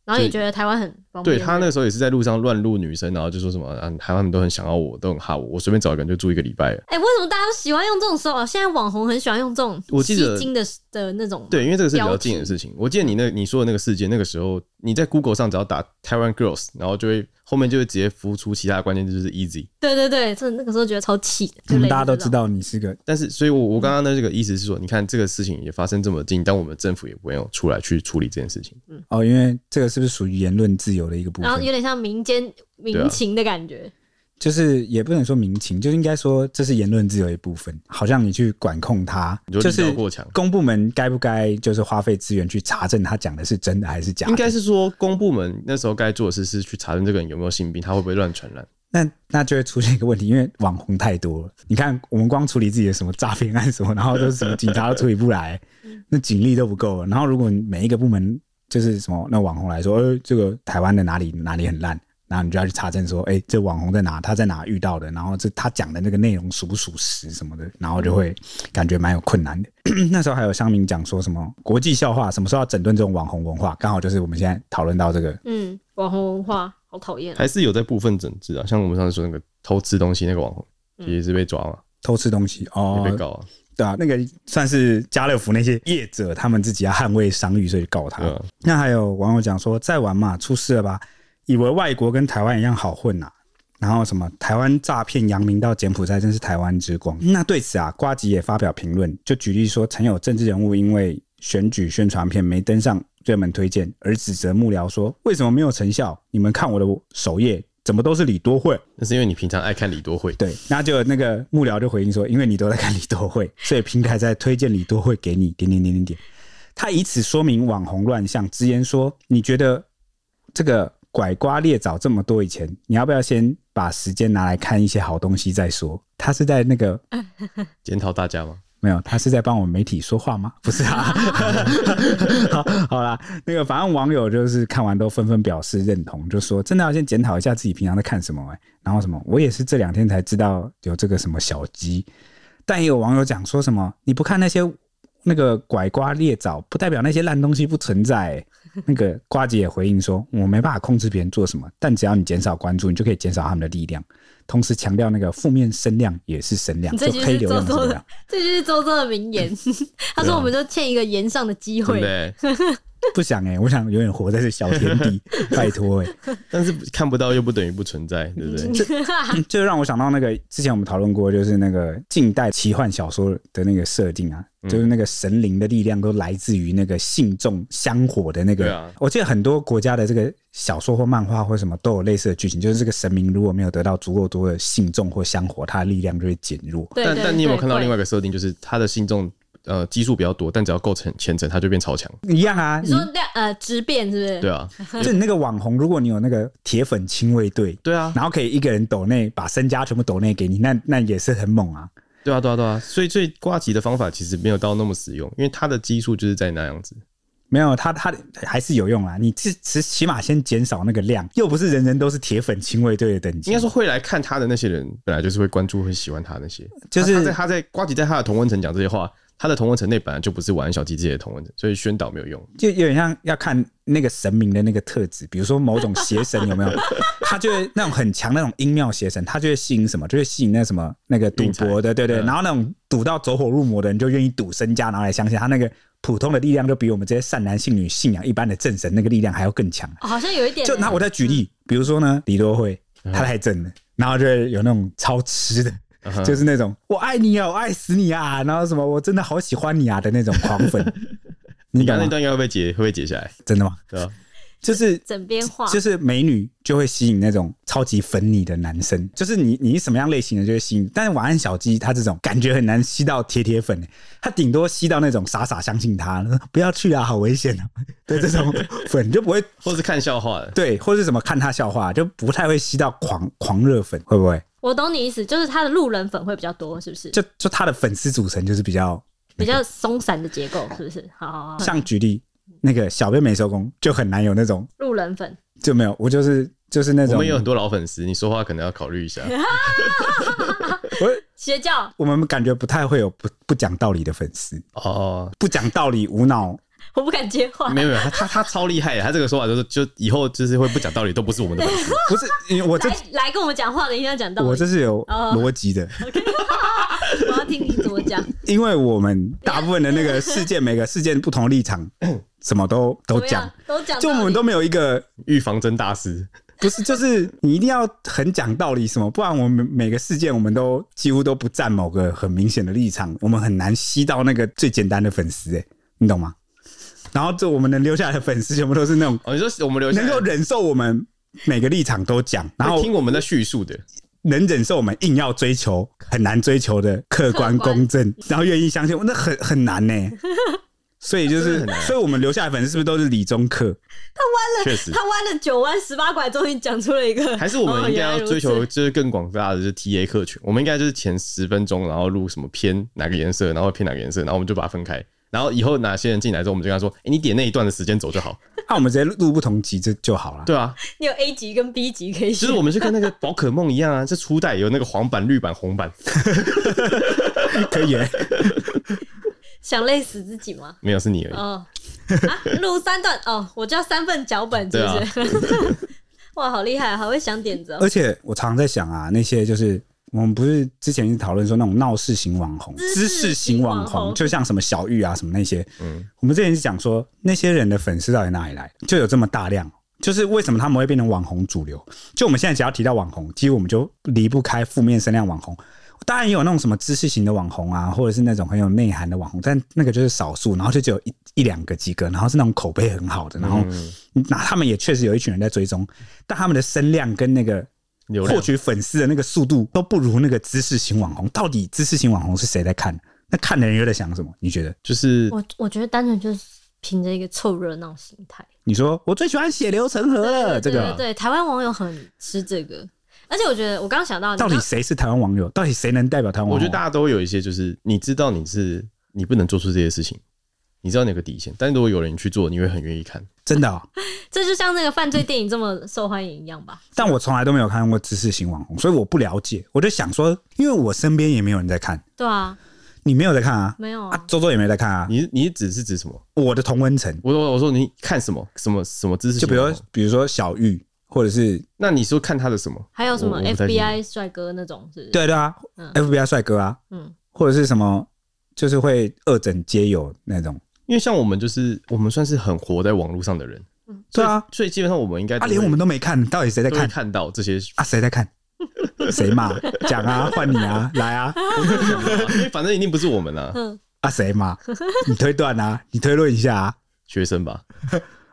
Speaker 2: 然后
Speaker 1: 所
Speaker 2: 也
Speaker 1: 以
Speaker 2: 觉得台湾很方便。
Speaker 1: 对他那个时候也是在路上乱录女生，然后就说什么啊，台湾人都很想要我，都很哈我，我随便找一个人就住一个礼拜了。
Speaker 2: 哎、为什么大家都喜欢用这种手法？现在网红很喜欢用这种
Speaker 1: 我记得
Speaker 2: 吸睛的的那种，
Speaker 1: 对，因为这个是比较
Speaker 2: 标
Speaker 1: 近的
Speaker 2: 题
Speaker 1: 事情。我记得你那你说的那个事件，那个时候你在 Google 上只要打台湾 girls，然后就会后面就会直接浮出其他的关键字，就是 easy。
Speaker 2: 对对对，真的那个时候觉得超气的，
Speaker 4: 我
Speaker 2: 就类
Speaker 4: 们
Speaker 1: 嗯
Speaker 2: 似
Speaker 4: 大家都知
Speaker 2: 这种。
Speaker 4: 道你是个
Speaker 1: 但是，所以我我刚刚的这个意思是说，你看这个事情也发生这么近，但我们政府也没有出来去处理这件事情。
Speaker 4: 哦，因为这个是不是属于言论自由的一个部
Speaker 2: 然后有
Speaker 4: 分？
Speaker 2: 点像民间
Speaker 1: 对啊
Speaker 2: 民情的感觉，
Speaker 4: 就是也不能说民情，就应该说这是言论自由一部分，好像你去管控它，
Speaker 1: 你说
Speaker 4: 就
Speaker 1: 力
Speaker 4: 是
Speaker 1: 道过强
Speaker 4: 公部门该不该就是花费资源去查证他讲的是真的还是假的？
Speaker 1: 应该是说，公部门那时候该做的事是去查证这个人有没有性病，他会不会乱传染。
Speaker 4: 那那就会出现一个问题，因为网红太多了。你看，我们光处理自己的什么诈骗案什么，然后都是什么警察都处理不来，那警力都不够了。然后如果每一个部门就是什么，那网红来说，呃，这个台湾的哪里哪里很烂，然后你就要去查证说，哎、这网红在哪，他在哪遇到的，然后这他讲的那个内容属不属实什么的，然后就会感觉蛮有困难的。 那时候还有乡民讲说什么国际笑话，什么时候要整顿这种网红文化，刚好就是我们现在讨论到这个
Speaker 2: 嗯，网红文化好讨厌啊、
Speaker 1: 还是有在部分整治啊，像我们上次说那个偷吃东西那个网红，
Speaker 2: 嗯
Speaker 1: 也是被抓嘛，
Speaker 4: 偷吃东西哦，
Speaker 1: 也被告啊，
Speaker 4: 对啊，那个算是家乐福那些业者他们自己要捍卫商誉，所以告他。
Speaker 1: 对啊，
Speaker 4: 那还有网友讲说，再玩嘛，出事了吧？以为外国跟台湾一样好混啊。然后什么台湾诈骗扬名到柬埔寨，真是台湾之光。那对此啊，瓜吉也发表评论，就举例说，曾有政治人物因为选举宣传片没登上热门推荐，而指责幕僚说，为什么没有成效？你们看我的首页，怎么都是李多惠？
Speaker 1: 那是因为你平常爱看李多惠，
Speaker 4: 对，那就那个幕僚就回应说，因为你都在看李多惠，所以平台在推荐李多惠给你，点点点点点。他以此说明网红乱象，直言说，你觉得这个拐瓜裂枣这么多以前，你要不要先把时间拿来看一些好东西再说？他是在那个
Speaker 1: 检讨大家嘛。
Speaker 4: 没有，他是在帮我们媒体说话吗？ 不是啊，好，好啦，那个反正网友就是看完都纷纷表示认同，就说真的要先检讨一下自己平常在看什么、欸，然后什么，我也是这两天才知道有这个什么小鸡，但也有网友讲说什么你不看那些那个拐瓜裂枣，不代表那些烂东西不存在、欸那个瓜姐也回应说，我没办法控制别人做什么，但只要你减少关注，你就可以减少他们的力量。同时强调那个负面声量也是声量，
Speaker 2: 你这
Speaker 4: 就
Speaker 2: 句
Speaker 4: 黑
Speaker 2: 是
Speaker 4: 流
Speaker 2: 周
Speaker 4: 量是
Speaker 2: 周
Speaker 4: 流量
Speaker 2: 的。，这就是周周的 名言。他说：“我们都欠一个言上的机
Speaker 1: 啊对
Speaker 2: 会
Speaker 1: 不。对？
Speaker 4: 不想哎、我想永远活在这小天 地，拜托哎、
Speaker 1: 但是看不到又不等于不存在，对不
Speaker 2: 嗯
Speaker 1: 对？
Speaker 4: 就让我想到那个之前我们讨论过，就是那个近代奇幻小说的那个设定啊，
Speaker 1: 嗯
Speaker 4: 就是那个神灵的力量都来自于那个信众香火的那
Speaker 1: 对
Speaker 4: 个。
Speaker 1: 啊
Speaker 4: 我记得很多国家的这个小说或漫画或什么都有类似的剧情，就是这个神明如果没有得到足够多的信众或香火，它的力量就会减弱。
Speaker 2: 对
Speaker 1: 但
Speaker 2: 对
Speaker 1: 但你有没有看到
Speaker 2: 对
Speaker 1: 另外一个设定，就是他的信众呃基数比较多，但只要够虔虔诚，他就变超
Speaker 2: 嗯
Speaker 1: 强。
Speaker 4: 一样啊，
Speaker 2: 你
Speaker 4: 你
Speaker 2: 说量呃质变是不是？
Speaker 1: 对啊，
Speaker 4: 就你那个网红，如果你有那个铁粉亲卫队，
Speaker 1: 对啊，
Speaker 4: 然后可以一个人抖内把身家全部抖内给你，那那也是很猛啊。
Speaker 1: 对啊，对啊，对啊，所以所以挂机的方法其实没有到那么实用，因为它的基数就是在那样子。
Speaker 4: 没有，它它还是有用啦。你至起起码先减少那个量，又不是人人都是铁粉亲卫队的等级。
Speaker 1: 应该说会来看他的那些人，本来就是会关注、会喜欢他那些，
Speaker 4: 就是
Speaker 1: 他他在他在挂机在他的同温层讲这些话，他的同温层内本来就不是玩小鸡这些同温层，所以宣导没有用。
Speaker 4: 就有点像要看那个神明的那个特质，比如说某种邪神有没 有，他就会那种很强那种阴庙邪神，他就会吸引什么，就会吸引那什么那个赌博的，对对，
Speaker 1: 嗯
Speaker 4: 然后那种赌到走火入魔的人就愿意赌身家，然后来相信他那个普通的力量就比我们这些善男信女信仰一般的正神那个力量还要更强。
Speaker 2: 哦，好像有一点欸。
Speaker 4: 就拿我再举例，比如说呢，李多惠，她太正了，然后就会有那种超吃的。
Speaker 1: 嗯哼
Speaker 4: 就是那种我爱你啊，我爱死你啊，然后什么我真的好 喜欢你啊的那种狂粉，你
Speaker 1: 你
Speaker 4: 懂
Speaker 1: 刚刚那
Speaker 4: 吗？
Speaker 1: 段应该会被截，会被截下来，
Speaker 4: 真的吗？
Speaker 1: 对吧、
Speaker 4: 就是
Speaker 2: 枕边话
Speaker 4: 就是美女就会吸引那种超级粉你的男生，就是你你什么样类型的就会吸引。但是晚安小鸡他这种感觉很难吸到铁铁粉、欸他顶多吸到那种傻傻相信他，不要去啊，好危险啊 的这种粉就不会
Speaker 1: 或是看笑话的，
Speaker 4: 对，或是怎么看他笑话就不太会吸到狂狂热粉，会不会？
Speaker 2: 我懂你意思，就是他的路人粉会比较多，是不是？
Speaker 4: 就就他的粉丝组成就是比较
Speaker 2: 比较松散的结构，是不是？好好好，
Speaker 4: 像举例。那个小编没收工就很难有那种
Speaker 2: 路人粉，
Speaker 4: 就没有，我就是就是那
Speaker 1: 我
Speaker 4: 种
Speaker 1: 们有很多老粉丝，你说话可能要考虑一 下。
Speaker 2: 邪教
Speaker 4: 我们感觉不太会有不不讲道理的粉丝，
Speaker 1: 哦，
Speaker 4: 不讲道理无 脑，
Speaker 2: 我不敢接话
Speaker 1: 没。有没有，他他他超厉害的，他这个说法就是就以后就是会不讲道理，都不是我们的粉丝。
Speaker 4: 不是因为我这
Speaker 2: 来来跟我们讲话的，一定要讲道理。
Speaker 4: 我这是有
Speaker 2: 哦
Speaker 4: 逻辑的，
Speaker 2: 我要听你怎么 讲，
Speaker 4: 因为我们大部分的那个事件，每个事件不同的立 场，什么都都
Speaker 2: 怎么
Speaker 4: 讲
Speaker 2: 样，都讲道理，
Speaker 4: 就我们都没有一个
Speaker 1: 预防针大师，
Speaker 4: 不是，就是你一定要很讲道理，什么，不然我们每个事件我们都几乎都不站某个很明显的立场，我们很难吸到那个最简单的粉丝，哎，你懂吗？然后这我们能留下来的粉丝，全部都是那种
Speaker 1: 哦，你说我们留下
Speaker 4: 能够忍受我们每个立场都讲，然
Speaker 1: 然后
Speaker 4: 后
Speaker 1: 哎听我们在叙述的，
Speaker 4: 能忍受我们硬要追求很难追求的客观
Speaker 2: 客观
Speaker 4: 公正，然后愿意相信我，那很很难呢、所以就
Speaker 1: 真的
Speaker 4: 是
Speaker 1: 很难，
Speaker 4: 所以我们留下来的粉丝是不是都是理中客？
Speaker 1: 确实
Speaker 2: 他弯了九弯十八拐，终于讲出了一个。
Speaker 1: 还是我们应该要追
Speaker 2: 哦原
Speaker 1: 求
Speaker 2: 来如此
Speaker 1: 就是更广大的就是 TA 客群，我们应该就是前十分钟，然后录什么偏哪个颜色，然后偏哪个颜色，然后我们就把它分开。然后以后哪些人进来之后，我们就跟他说：“哎、你点那一段的时间走就好。
Speaker 4: 那、我们直接录不同集就就好了”。
Speaker 1: 对啊，
Speaker 2: 你有 A 级跟 B 级可以
Speaker 1: 其
Speaker 2: 选
Speaker 1: 实。我们就跟那个宝可梦一样啊，这初代有那个黄版、绿版、红版，
Speaker 4: 可以、欸，
Speaker 2: 想累死自己吗？
Speaker 1: 没有是你而已。
Speaker 2: 哦，啊，录三段哦，我就要三份脚本，是不是？ 哇，好厉害，好会想点子哦
Speaker 4: 啊而。且我常常在想啊，那些就是我们不是之前一直讨论说那种闹事型网红、
Speaker 2: 知识型
Speaker 4: 知识型网
Speaker 2: 网
Speaker 4: 红，
Speaker 2: 红
Speaker 4: 就像什么小玉啊什么那些，
Speaker 1: 嗯
Speaker 4: 我们之前是讲说那些人的粉丝到底哪里来，就有这么大量。就是为什么他们会变成网红主流？就我们现在只要提到网红，几乎我们就离不开负面声量网红。当然也有那种什么知识型的网红啊，或者是那种很有内涵的网红，但那个就是少数，然后就只有一一两个几个，然后是那种口碑很好的，然后那他们也确实有一群人在追踪，但他们的声量跟那个
Speaker 1: 流量
Speaker 4: 获取粉丝的那个速度都不如那个知识型网红。到底知识型网红是谁在看？那看的人又在想什么？你觉得？
Speaker 1: 就是
Speaker 2: 我我觉得单纯就是凭着一个凑热闹心态。
Speaker 4: 你说我最喜欢血流成河了，呃这
Speaker 2: 对对
Speaker 4: 个啊
Speaker 2: 对，台湾网友很吃这个，而且我觉得我刚想到，
Speaker 4: 到底谁是台湾网友？到底谁能代表台湾网友？
Speaker 1: 我觉得大家都有一些，就是你知道你是你不能做出这些事情，你知道你有个底线，但是如果有人去做，你会很愿意看。
Speaker 4: 真的哦、
Speaker 2: 这就像那个犯罪电影这么受欢迎一样吧？
Speaker 4: 但我从来都没有看过知识型网红，所以我不了解。我就想说，因为我身边也没有人在看，
Speaker 2: 对啊，
Speaker 4: 你没有在看啊，
Speaker 2: 没有
Speaker 4: 啊
Speaker 2: 啊，，
Speaker 4: 周周也没有在看啊。
Speaker 1: 你你指是指什么？
Speaker 4: 我的同温层，
Speaker 1: 我说我说你看什么什么什么知
Speaker 4: 就
Speaker 1: 识型
Speaker 4: 比
Speaker 1: 网
Speaker 4: 如
Speaker 1: 红？
Speaker 4: 说比如说小玉，或者
Speaker 2: 嗯
Speaker 4: 是
Speaker 1: 那你说看他的什么？
Speaker 2: 还有什么
Speaker 1: 我我不太清楚
Speaker 2: FBI 帅哥那种，是不是？，
Speaker 4: 对对啊、
Speaker 2: 嗯
Speaker 4: f b i 帅哥啊，
Speaker 2: 嗯，
Speaker 4: 或者是什么，就是会二整皆有那种。
Speaker 1: 因为像我们就是我们算是很活在网络上的人，
Speaker 4: 对啊，
Speaker 1: 所以基本上我们应该
Speaker 4: 啊，连我们都没看，到底谁在
Speaker 1: 都会
Speaker 4: 看
Speaker 1: 看到这些，
Speaker 4: 啊？谁 在看？谁骂？讲啊，换你啊，来啊，
Speaker 1: 因为反正一定不是我们 啊，
Speaker 2: 嗯
Speaker 4: 啊谁骂？你推断啊，你推论一下啊。
Speaker 1: 学生吧，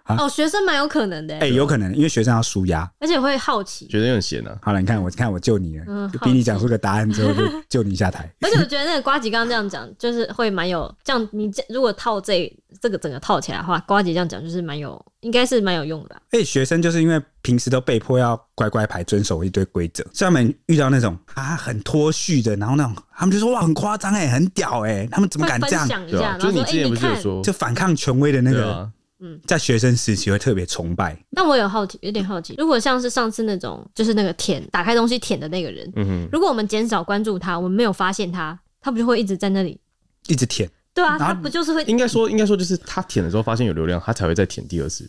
Speaker 2: 哦，学生蛮有可能的欸、
Speaker 4: 哎、有可能因为学生要输压。
Speaker 2: 而且会好奇，
Speaker 1: 学生很闲啊。
Speaker 4: 好了，你看我，你看我救你了，
Speaker 2: 嗯
Speaker 4: 就
Speaker 2: 好
Speaker 4: 逼你讲出个答案之后 就救你下台。
Speaker 2: 而且我觉得那个瓜吉刚刚这样讲，就是会蛮有这样，你这如果套这这个整个套起来的话，瓜吉这样讲就是蛮有，应该是蛮有用的啊吧。
Speaker 4: 哎、学生就是因为平时都被迫要乖乖牌遵守一堆规则，所以他们遇到那种啊很脱序的，然后那种他们就说哇很夸张哎，很屌哎、他们怎么
Speaker 2: 会
Speaker 4: 敢
Speaker 2: 分
Speaker 4: 这样？
Speaker 2: 享一
Speaker 1: 对
Speaker 2: 下，
Speaker 1: 啊，
Speaker 2: 然
Speaker 1: 就
Speaker 2: 后
Speaker 1: 是你
Speaker 2: 说，哎、
Speaker 1: 之前
Speaker 2: 你
Speaker 1: 不是有
Speaker 2: 看，
Speaker 1: 说，
Speaker 4: 就反抗权威的那
Speaker 1: 对
Speaker 4: 个，
Speaker 1: 啊，
Speaker 4: 在学生时期会特别崇拜。
Speaker 2: 但我有好奇，有点好奇，如果像是上次那种，就是那个舔打开东西舔的那个人，
Speaker 1: 嗯哼，
Speaker 2: 如果我们减少关注他，我们没有发现他，他不就会一直在那里？
Speaker 4: 一直舔，
Speaker 2: 对啊，
Speaker 4: 然后
Speaker 2: 他不就是会
Speaker 1: 应该说应该说就是他舔了之后发现有流量，他才会再舔第二次，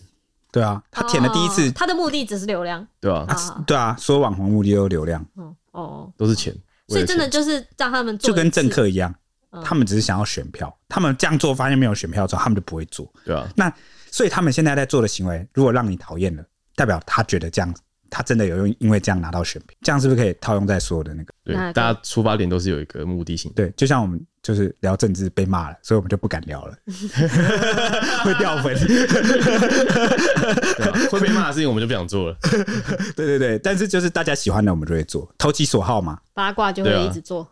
Speaker 4: 对啊，他舔了第一次
Speaker 2: 哦，他的目的只是流量
Speaker 1: 对吧、
Speaker 2: 啊
Speaker 1: 啊？，
Speaker 4: 对啊，所有网红目的都是流量，
Speaker 2: 嗯哦，
Speaker 1: 都是钱，
Speaker 2: 所
Speaker 1: 为
Speaker 2: 以
Speaker 1: 了
Speaker 2: 真的
Speaker 1: 钱
Speaker 2: 就是让他们做
Speaker 4: 就跟政
Speaker 2: 一次
Speaker 4: 客一样，
Speaker 2: 嗯
Speaker 4: 他们只是想要选票，他们这样做发现没有选票之后，他们就不会做。
Speaker 1: 对啊，
Speaker 4: 那所以他们现在在做的行为，如果让你讨厌了，代表他觉得这样，他真的有用，因为这样拿到选票，这样是不是可以套用在所有的那个？
Speaker 1: 对
Speaker 2: 那，
Speaker 1: 大家出发点都是有一个目的性的。
Speaker 4: 对，就像我们就是聊政治被骂了，所以我们就不敢聊 了， 会掉粉。
Speaker 1: 对啊吧会被骂的事情我们就不想做了。
Speaker 4: 对对对，但是就是大家喜欢的我们就会做，投其所好嘛。
Speaker 2: 八卦就
Speaker 1: 对
Speaker 2: 会
Speaker 1: 啊
Speaker 2: 一直做。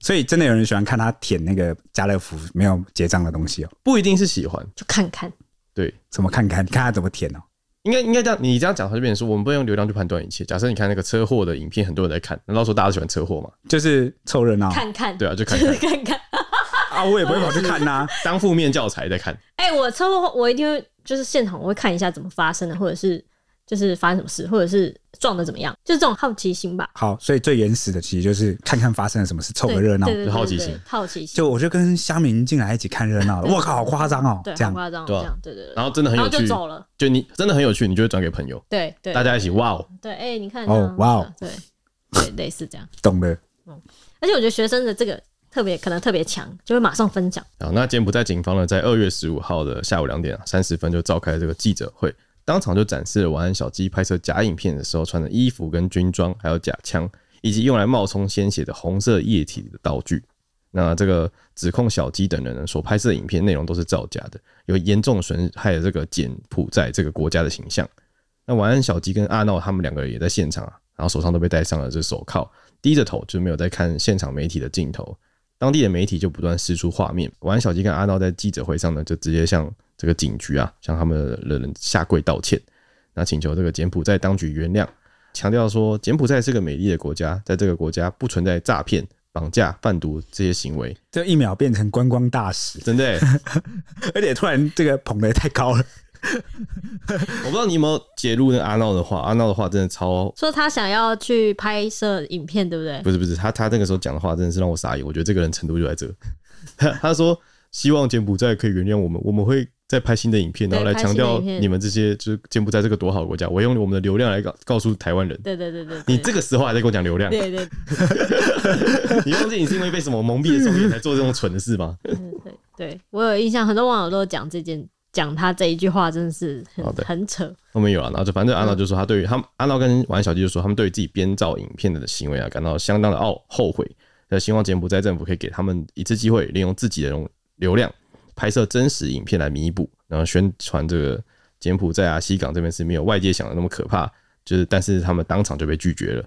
Speaker 4: 所以真的有人喜欢看他舔那个家乐福没有结账的东西哦、
Speaker 1: 不一定是喜欢，
Speaker 2: 就看看，
Speaker 1: 对，
Speaker 4: 怎么看看看他怎么舔哦、
Speaker 1: 应该应该这样，你这样讲，它就变成说我们不能用流量去判断一切。假设你看那个车祸的影片，很多人在看，那到时候大家都喜欢车祸嘛？
Speaker 4: 就是凑热闹
Speaker 2: 看看，
Speaker 1: 对啊，就看
Speaker 2: 就
Speaker 1: 看
Speaker 2: 是看看。
Speaker 4: 啊，我也不会跑去看呐、
Speaker 1: 当负面教材在看。
Speaker 2: 哎、我车祸我一定会就是现场我会看一下怎么发生的，或者是就是发生什么事，或者是撞的怎么样，就是这种好奇心吧。
Speaker 4: 好，所以最原始的其实就是看看发生了什么事，凑
Speaker 2: 对
Speaker 4: 个热闹
Speaker 2: 对。对对
Speaker 1: 好奇
Speaker 2: 对
Speaker 1: 心
Speaker 2: 好奇心，
Speaker 4: 就我就跟乡民进来一起看热闹了，我靠，好夸张哦！
Speaker 2: 对，
Speaker 4: 这
Speaker 2: 很
Speaker 4: 样
Speaker 2: 夸张，这
Speaker 1: 对啊
Speaker 2: 样，对对对。
Speaker 1: 然后真的很
Speaker 2: 然
Speaker 1: 有
Speaker 2: 后就
Speaker 1: 趣，
Speaker 2: 走了，
Speaker 1: 就你真的很有趣，你就会转给朋友，
Speaker 2: 对对，
Speaker 1: 大家一起哇哦，
Speaker 2: 对，哎、你看，
Speaker 4: 哦
Speaker 2: 这样
Speaker 4: 哇哦，
Speaker 2: 这样对对，类似这样。
Speaker 4: 懂了。
Speaker 2: 而且我觉得学生的这个特别可能特别强，就会马上分享。
Speaker 1: 好，那柬埔寨警方呢，在二月十五号的下午两点啊三十分就召开这个记者会，当场就展示了晚安小鸡拍摄假影片的时候穿的衣服跟军装，还有假枪，以及用来冒充鲜血的红色液体的道具。那这个指控小鸡等人呢所拍摄的影片内容都是造假的，有严重损害了这个柬埔寨这个国家的形象。那晚安小鸡跟阿闹他们两个人也在现场啊，然后手上都被戴上了这手铐，低着头就没有在看现场媒体的镜头。当地的媒体就不断释出画面。晚安小鸡跟阿闹在记者会上呢，就直接向这个警局啊，向他们的人下跪道歉，那请求这个柬埔寨当局原谅，强调说柬埔寨是个美丽的国家，在这个国家不存在诈骗、绑架、贩毒这些行为，
Speaker 4: 这一秒变成观光大使，
Speaker 1: 真的欸、
Speaker 4: 而且突然这个捧的太高了，
Speaker 1: 我不知道你有没有解录那个阿闹的话，阿闹的话真的超。
Speaker 2: 说他想要去拍摄影片，对不对？
Speaker 1: 不是不是，他他那个时候讲的话真的是让我傻眼，我觉得这个人程度就在这。 他他说希望柬埔寨可以原谅我们，我们会再拍新的影片，
Speaker 2: 对
Speaker 1: 然后来
Speaker 2: 拍
Speaker 1: 强
Speaker 2: 新的
Speaker 1: 调
Speaker 2: 影片
Speaker 1: 你们这些就是柬埔寨这个多好的国家，我用我们的流量来告告诉台湾人。
Speaker 2: 对对对对，对
Speaker 1: 你这个时候还在跟我讲流量，
Speaker 2: 对对对
Speaker 1: 你忘记你是因为被什么蒙蔽的双眼才做这种蠢的事吗？
Speaker 2: 对对对，我有印象，很多网友都讲这件，讲他这一句话真的是
Speaker 1: 好
Speaker 2: 很
Speaker 1: 的
Speaker 2: 很扯。
Speaker 1: 后面有啊，然后就反正阿闹就说他对于他们阿闹跟王小鸡就说他们对于自己编造影片的行为啊感到相当的懊后悔，那希望柬埔寨政府可以给他们一次机会，利用自己的流流量拍摄真实影片来弥补，然后宣传这个柬埔寨啊西啊港这边是没有外界想的那么可怕，就是但是他们当场就被拒绝了。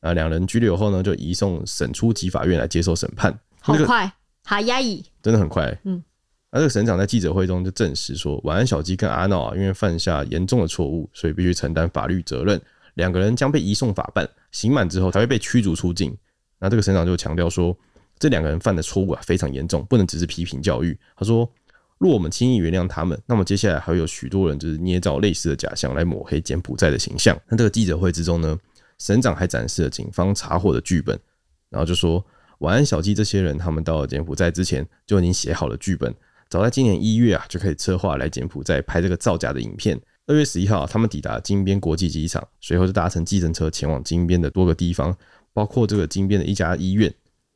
Speaker 1: 啊，两人拘留后呢，就移送省初级法院来接受审判。
Speaker 2: 好
Speaker 1: 那个
Speaker 2: 快，好压抑，
Speaker 1: 真的很快、
Speaker 2: 嗯
Speaker 1: 嗯，那这个省长在记者会中就证实说，晚安小鸡跟阿闹啊，因为犯下严重的错误，所以必须承担法律责任。两个人将被移送法办，刑满之后才会被驱逐出境。那这个省长就强调说，这两个人犯的错误啊非常严重，不能只是批评教育。他说，若我们轻易原谅他们，那么接下来还会有许多人就是捏造类似的假象来抹黑柬埔寨的形象。那这个记者会之中呢，省长还展示了警方查获的剧本，然后就说晚安小鸡这些人，他们到了柬埔寨之前就已经写好了剧本，早在今年一月啊就开始策划来柬埔寨拍这个造假的影片。二月十一号啊、他们抵达金边国际机场，随后就搭乘计程车前往金边的多个地方，包括这个金边的一家医院。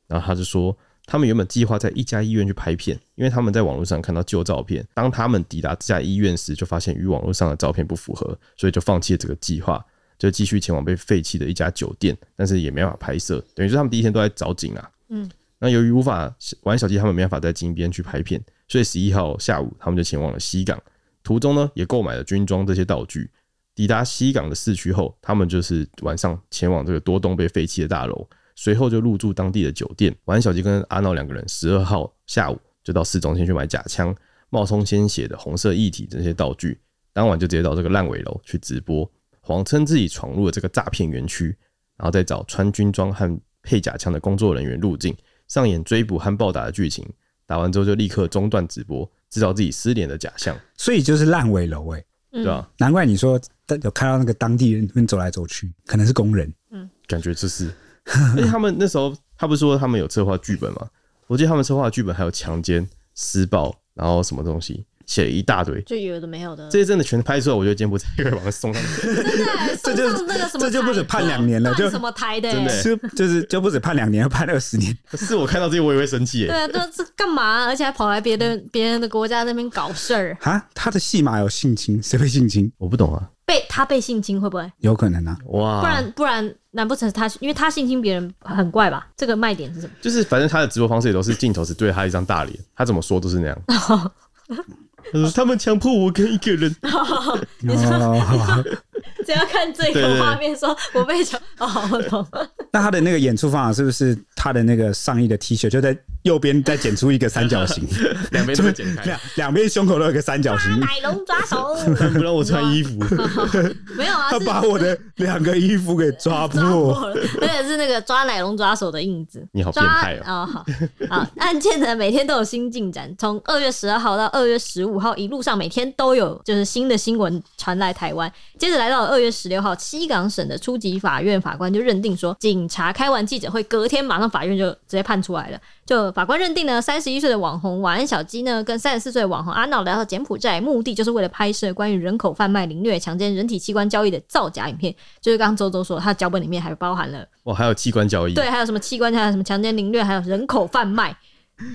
Speaker 1: 然后他就说，他们原本计划在一家医院去拍片，因为他们在网络上看到旧照片。当他们抵达这家医院时，就发现与网络上的照片不符合，所以就放弃了这个计划。就继续前往被废弃的一家酒店，但是也没办法拍摄，等于是他们第一天都在找景啊。
Speaker 2: 嗯，
Speaker 1: 那由于无法玩小鸡，他们没办法在金边去拍片，所以十一号下午他们就前往了西港，途中呢也购买了军装这些道具。抵达西港的市区后，他们就是晚上前往这个多栋被废弃的大楼，随后就入住当地的酒店。玩小鸡跟阿闹两个人十二号下午就到市中心去买假枪、冒充鲜血的红色液体这些道具，当晚就直接到这个烂尾楼去直播。谎称自己闯入了这个诈骗园区，然后再找穿军装和配假枪的工作人员入境，上演追捕和暴打的剧情。打完之后就立刻中断直播，制造自己失联的假象，
Speaker 4: 所以就是烂尾楼哎，
Speaker 2: 嗯
Speaker 1: 对吧、啊？
Speaker 4: 难怪你说有看到那个当地人走来走去，可能是工人。
Speaker 1: 感觉就是， 而且他们那时候他不是说他们有策划剧本吗？我记得他们策划的剧本还有强奸、施暴，然后什么东西写了一大堆，
Speaker 2: 就有的没有的，
Speaker 1: 这些真的全拍出来，我觉得柬埔寨会把他送上去。
Speaker 2: 对，
Speaker 4: 这就
Speaker 2: 送上那个什么台，
Speaker 4: 这就不止判两年了
Speaker 2: 判
Speaker 4: 就
Speaker 2: 什么台的、
Speaker 1: 真的欸
Speaker 4: 就就是就不止判两年，判二十年，
Speaker 1: 是我看到这些我也会生气耶、
Speaker 2: 对啊，这这干嘛？而且还跑来别的别人的国家那边搞事儿，
Speaker 4: 啊，他的戏码有性侵，谁会性侵？
Speaker 1: 我不懂啊，
Speaker 2: 被他被性侵会不会？
Speaker 4: 有可能啊。
Speaker 1: 哇，
Speaker 2: 不然不然，难不成是他因为他性侵别人很怪吧？这个卖点是什么？
Speaker 1: 就是反正他的直播方式也都是镜头只对他一张大脸，他怎么说都是那样。
Speaker 2: 哦
Speaker 1: 他说他们强迫我跟一个人，
Speaker 4: 哦，
Speaker 2: 只要看这
Speaker 1: 对
Speaker 2: 个
Speaker 1: 对
Speaker 2: 画面，说我被抢哦，我懂。
Speaker 4: 那他的那个演出方法是不是他的那个上衣的 T 恤就在右边再剪出一个三角 形，
Speaker 1: 两边都会剪 开
Speaker 4: 两，两边胸口都有个三 角形，
Speaker 2: 奶龙抓手，
Speaker 1: 不让我穿衣服。
Speaker 2: 没有啊，
Speaker 4: 他
Speaker 2: 是
Speaker 4: 把我的两个衣服给抓
Speaker 2: 抓
Speaker 4: 破。
Speaker 2: 破了，而且是那个抓奶龙抓手的印子。
Speaker 1: 你好
Speaker 2: 抓
Speaker 1: 变态哦！
Speaker 2: 哦！好，好，案件呢每天都有新进展，从二月十二号到二月十五号，一路上每天都有就是新的新闻传来台湾。接着来到二月十六号，西港省的初级法院法官就认定说，警察开完记者会，隔天马上法院就直接判出来了。就法官认定呢，三十一岁的网红晚安小鸡呢，跟三十四岁的网红阿闹来到柬埔寨，目的就是为了拍摄关于人口贩卖、凌虐、强奸、人体器官交易的造假影片。就是刚刚周周说，他的脚本里面还包含了
Speaker 1: 哇，哦还有器官交易，
Speaker 2: 对，还有什么器官，还有什么强奸凌虐，还有人口贩卖，